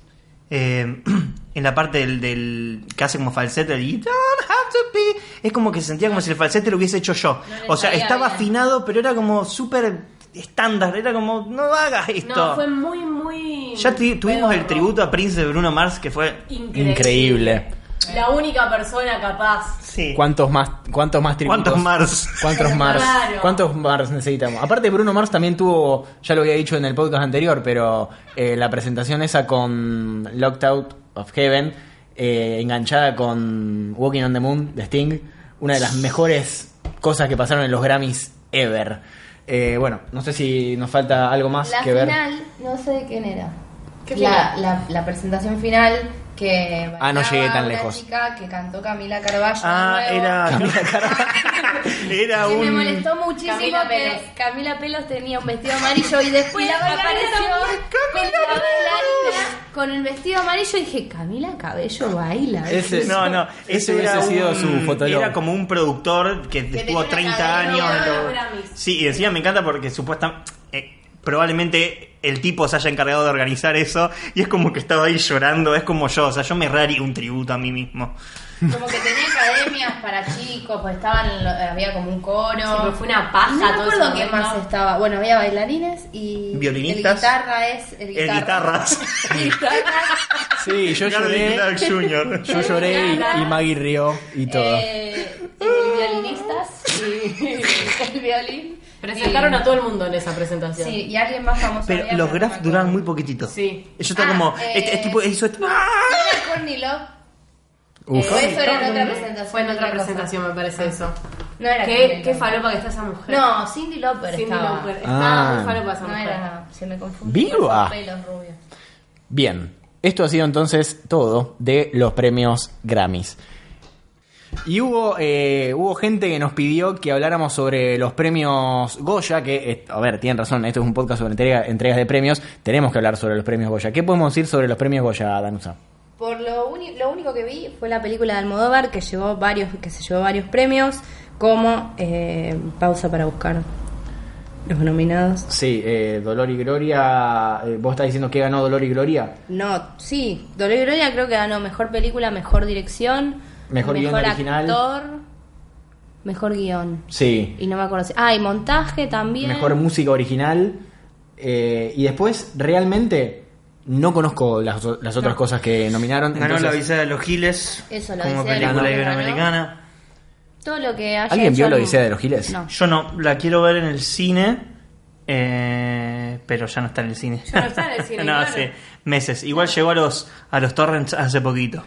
C: eh, en la parte del, del- que hace como falsete, el "You don't have to be", es como que se sentía como si el falsete lo hubiese hecho yo.
E: No le
C: o sea,
E: salía
C: estaba
E: bien.
C: afinado, pero era como súper estándar. Era como, no hagas esto.
D: no, fue muy, muy.
C: ya tu- tuvimos el
D: pedorro.
C: tributo a Prince de Bruno Mars, que fue.
D: Increíble.
B: Increíble.
D: La única persona capaz.
C: Sí.
B: ¿Cuántos más, cuántos más tributos?
C: ¿Cuántos Mars?
B: ¿Cuántos Mars?
D: Claro.
B: ¿Cuántos Mars necesitamos? Aparte, Bruno Mars también tuvo, ya lo había dicho en el podcast anterior, pero eh, la presentación esa con Locked Out of Heaven eh, enganchada con Walking on the Moon de Sting, una de las mejores cosas que pasaron en los Grammys ever. Eh, bueno, no sé si nos falta algo más
E: La
B: que ver.
E: final, no sé de quién era.
D: ¿Qué
E: la,
D: final?
E: la, la presentación final que
B: Ah, no
E: bailaba
B: llegué tan
E: una
B: lejos.
E: chica que cantó Camila Carballo.
C: Ah,
E: de nuevo.
C: era. era
E: Que me
C: un.
E: molestó muchísimo
D: Camila
E: que
D: Pelos.
E: Camila Pelos tenía un vestido amarillo y después
D: Y la bailarina
E: apareció
D: también.
E: con la bailarina con el vestido amarillo y dije, Camila Cabello baila.
B: Ese-
C: No, no,
B: Ese
C: ese era,
B: hubiese sido
C: un-
B: su fotolog.
C: era como un productor que,
E: tenía
C: estuvo
E: una
C: 30
E: cadena
C: años.
E: de
C: en lo-
D: Grammys.
C: Sí, y decía, me encanta porque supuestamente. probablemente el tipo se haya encargado de organizar eso y es como que estaba ahí llorando, es como yo, o sea, yo me raría un tributo a mí mismo.
E: Como que tenía academias para chicos, pues estaban, lo- había como un coro.
D: Sí, pero fue una paja
E: No me
D: todo
E: acuerdo
D: ese
E: qué
D: momento.
E: más estaba. Bueno, había bailarines y.
C: Violinistas.
E: El guitarra es. El
C: El guitarras.
E: Guitarras,
B: Sí, yo
C: Gary
B: lloré.
C: Clark Jr.
B: Yo lloré y, y Maggie rió y todo.
E: eh, y violinistas y el violín.
D: Presentaron
E: Y-
D: a todo el mundo en esa presentación.
E: Sí, y alguien más famoso.
C: Pero
E: había,
C: los
E: pero no
C: graphs
E: me acuerdo.
C: duran muy poquitito.
D: Sí.
C: Yo estaba
E: Ah,
C: como,
E: eh,
C: este, es tipo, hizo esto. ¡Ah!
E: ¿No era Courtney Love?
B: Uf.
E: Eh, eso era en otra
D: ¿Dónde?
E: presentación.
D: Fue en otra
E: cosa.
D: presentación, me parece eso.
E: No era
D: ¿Qué,
E: Courtney
D: qué
E: Love.
D: falopa que está esa mujer.
E: No, Cindy Lauper
D: Cindy
E: estaba.
D: Lauper.
B: Ah.
D: Estaba muy falopa esa
E: No
D: mujer.
E: era, se me confundió.
B: ¡Viva!
E: Pelos rubios.
B: Bien, esto ha sido entonces todo de los premios Grammys. Y hubo, eh, hubo gente que nos pidió que habláramos sobre los premios Goya, que, eh, a ver, tienen razón, esto es un podcast sobre entrega- entregas de premios, tenemos que hablar sobre los premios Goya. ¿Qué podemos decir sobre los premios Goya, Danusa?
E: Por lo, uni- lo único que vi fue la película de Almodóvar que llevó varios, que se llevó varios premios, como eh, pausa para buscar los nominados.
B: Sí, eh, Dolor y Gloria, eh, vos estás diciendo que ganó Dolor y Gloria.
E: No, sí, Dolor y Gloria creo que ganó mejor película, mejor dirección,
B: Mejor guión original.
E: actor, mejor guión.
B: Sí,
E: Y no me acuerdo. si- Ah, y montaje también.
B: mejor música original. eh, y después, realmente, no conozco las, o- las otras cosas que nominaron.
C: Ganó la
B: entonces-
C: visa de los Giles.
E: Eso, la
C: Como
E: Odisea de los
C: película
E: Giles, ¿no?
C: iberoamericana.
E: Todo lo que haya
B: ¿Alguien
E: hecho
B: vio la
E: Almo-
B: Odisea de los Giles?
E: No.
C: Yo no, la quiero ver en el cine. eh, pero ya no está en el cine.
D: Ya no está en el cine,
C: no,
D: claro.
C: hace meses. Igual llegó a los, a los torrents hace poquito.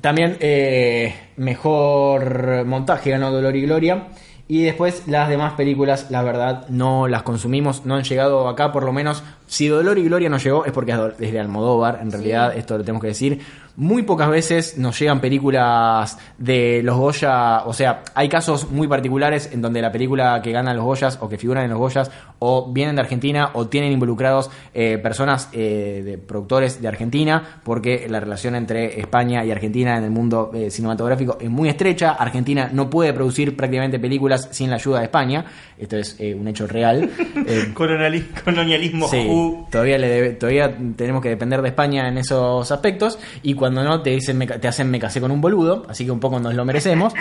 B: También eh, mejor montaje ganó Dolor y Gloria. Y después las demás películas, la verdad, no las consumimos, no han llegado acá por lo menos. Si Dolor y Gloria no llegó es porque es do- desde Almodóvar, en realidad, esto lo tenemos que decir. Muy pocas veces nos llegan películas de los Goya, o sea, hay casos muy particulares en donde la película que gana los Goyas o que figuran en los Goyas o vienen de Argentina o tienen involucrados eh, personas eh, de productores de Argentina porque la relación entre España y Argentina en el mundo eh, cinematográfico es muy estrecha. Argentina no puede producir prácticamente películas sin la ayuda de España. Esto es eh, un hecho real. Eh,
C: Coloniali- colonialismo
B: Sí,
C: ju.
B: todavía, le debe- todavía tenemos que depender de España en esos aspectos y cuando no te dicen me ca- te hacen me casé con un boludo, así que un poco nos lo merecemos.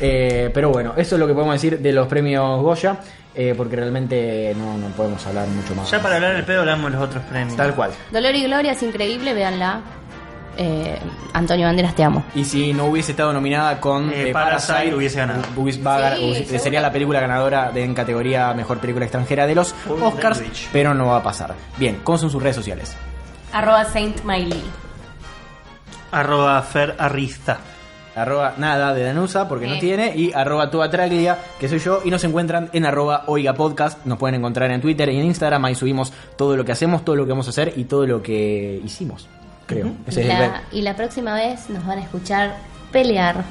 B: Eh, pero bueno, eso es lo que podemos decir de los premios Goya, eh, porque realmente no, no podemos hablar mucho más.
C: Ya para hablar el pedo hablamos de los otros premios.
B: Tal cual.
E: Dolor y Gloria es increíble, véanla. Eh, Antonio Banderas, te amo.
B: Y si no hubiese estado nominada con
C: Eh, Parasite, hubiese ganado.
B: hubiese- va a ganar-
E: Sí,
B: hubiese-
E: seguro.
B: sería la película ganadora de, en categoría Mejor Película Extranjera de los
C: Paul
B: Oscars,
C: Language.
B: pero no va a pasar. Bien, ¿cómo son sus redes sociales?
D: Arroba Saint Miley.
C: Arroba Fer Arrista.
B: arroba nada de Danusa porque no
E: Sí.
B: tiene y arroba tu atraglia que soy yo y nos encuentran en arroba oiga podcast nos pueden encontrar en Twitter y en Instagram ahí subimos todo lo que hacemos todo lo que vamos a hacer y todo lo que hicimos creo Ese
E: Y
B: es el ver-
E: la, y la próxima vez nos van a escuchar pelear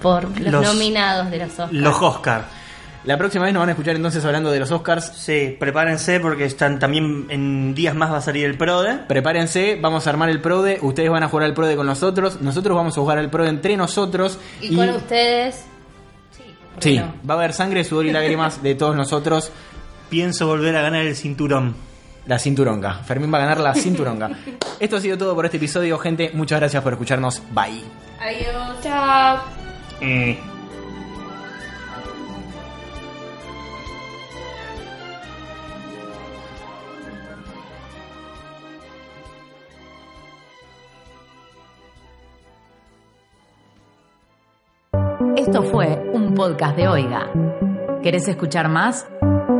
E: por los,
C: Los-
E: nominados de los Oscars.
C: Los Oscar.
B: la próxima vez nos van a escuchar entonces hablando de los Oscars
C: Sí, prepárense porque están también en días más va a salir el PRODE.
B: prepárense vamos a armar el prode ustedes van a jugar al prode con nosotros nosotros vamos a jugar al prode entre nosotros
E: Y con ustedes. Sí. ¿por qué
B: sí
E: no?
B: va a haber sangre sudor y lágrimas de todos nosotros
C: Pienso volver a ganar el cinturón.
B: La cinturonga. Fermín va a ganar la cinturonga. Esto ha sido todo por este episodio, gente. Muchas gracias por escucharnos. Bye.
E: Adiós. Chao.
C: Mm.
A: Esto fue un podcast de Oiga. ¿Querés escuchar más?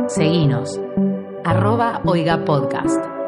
A: Seguinos. Arroba Oiga Podcast.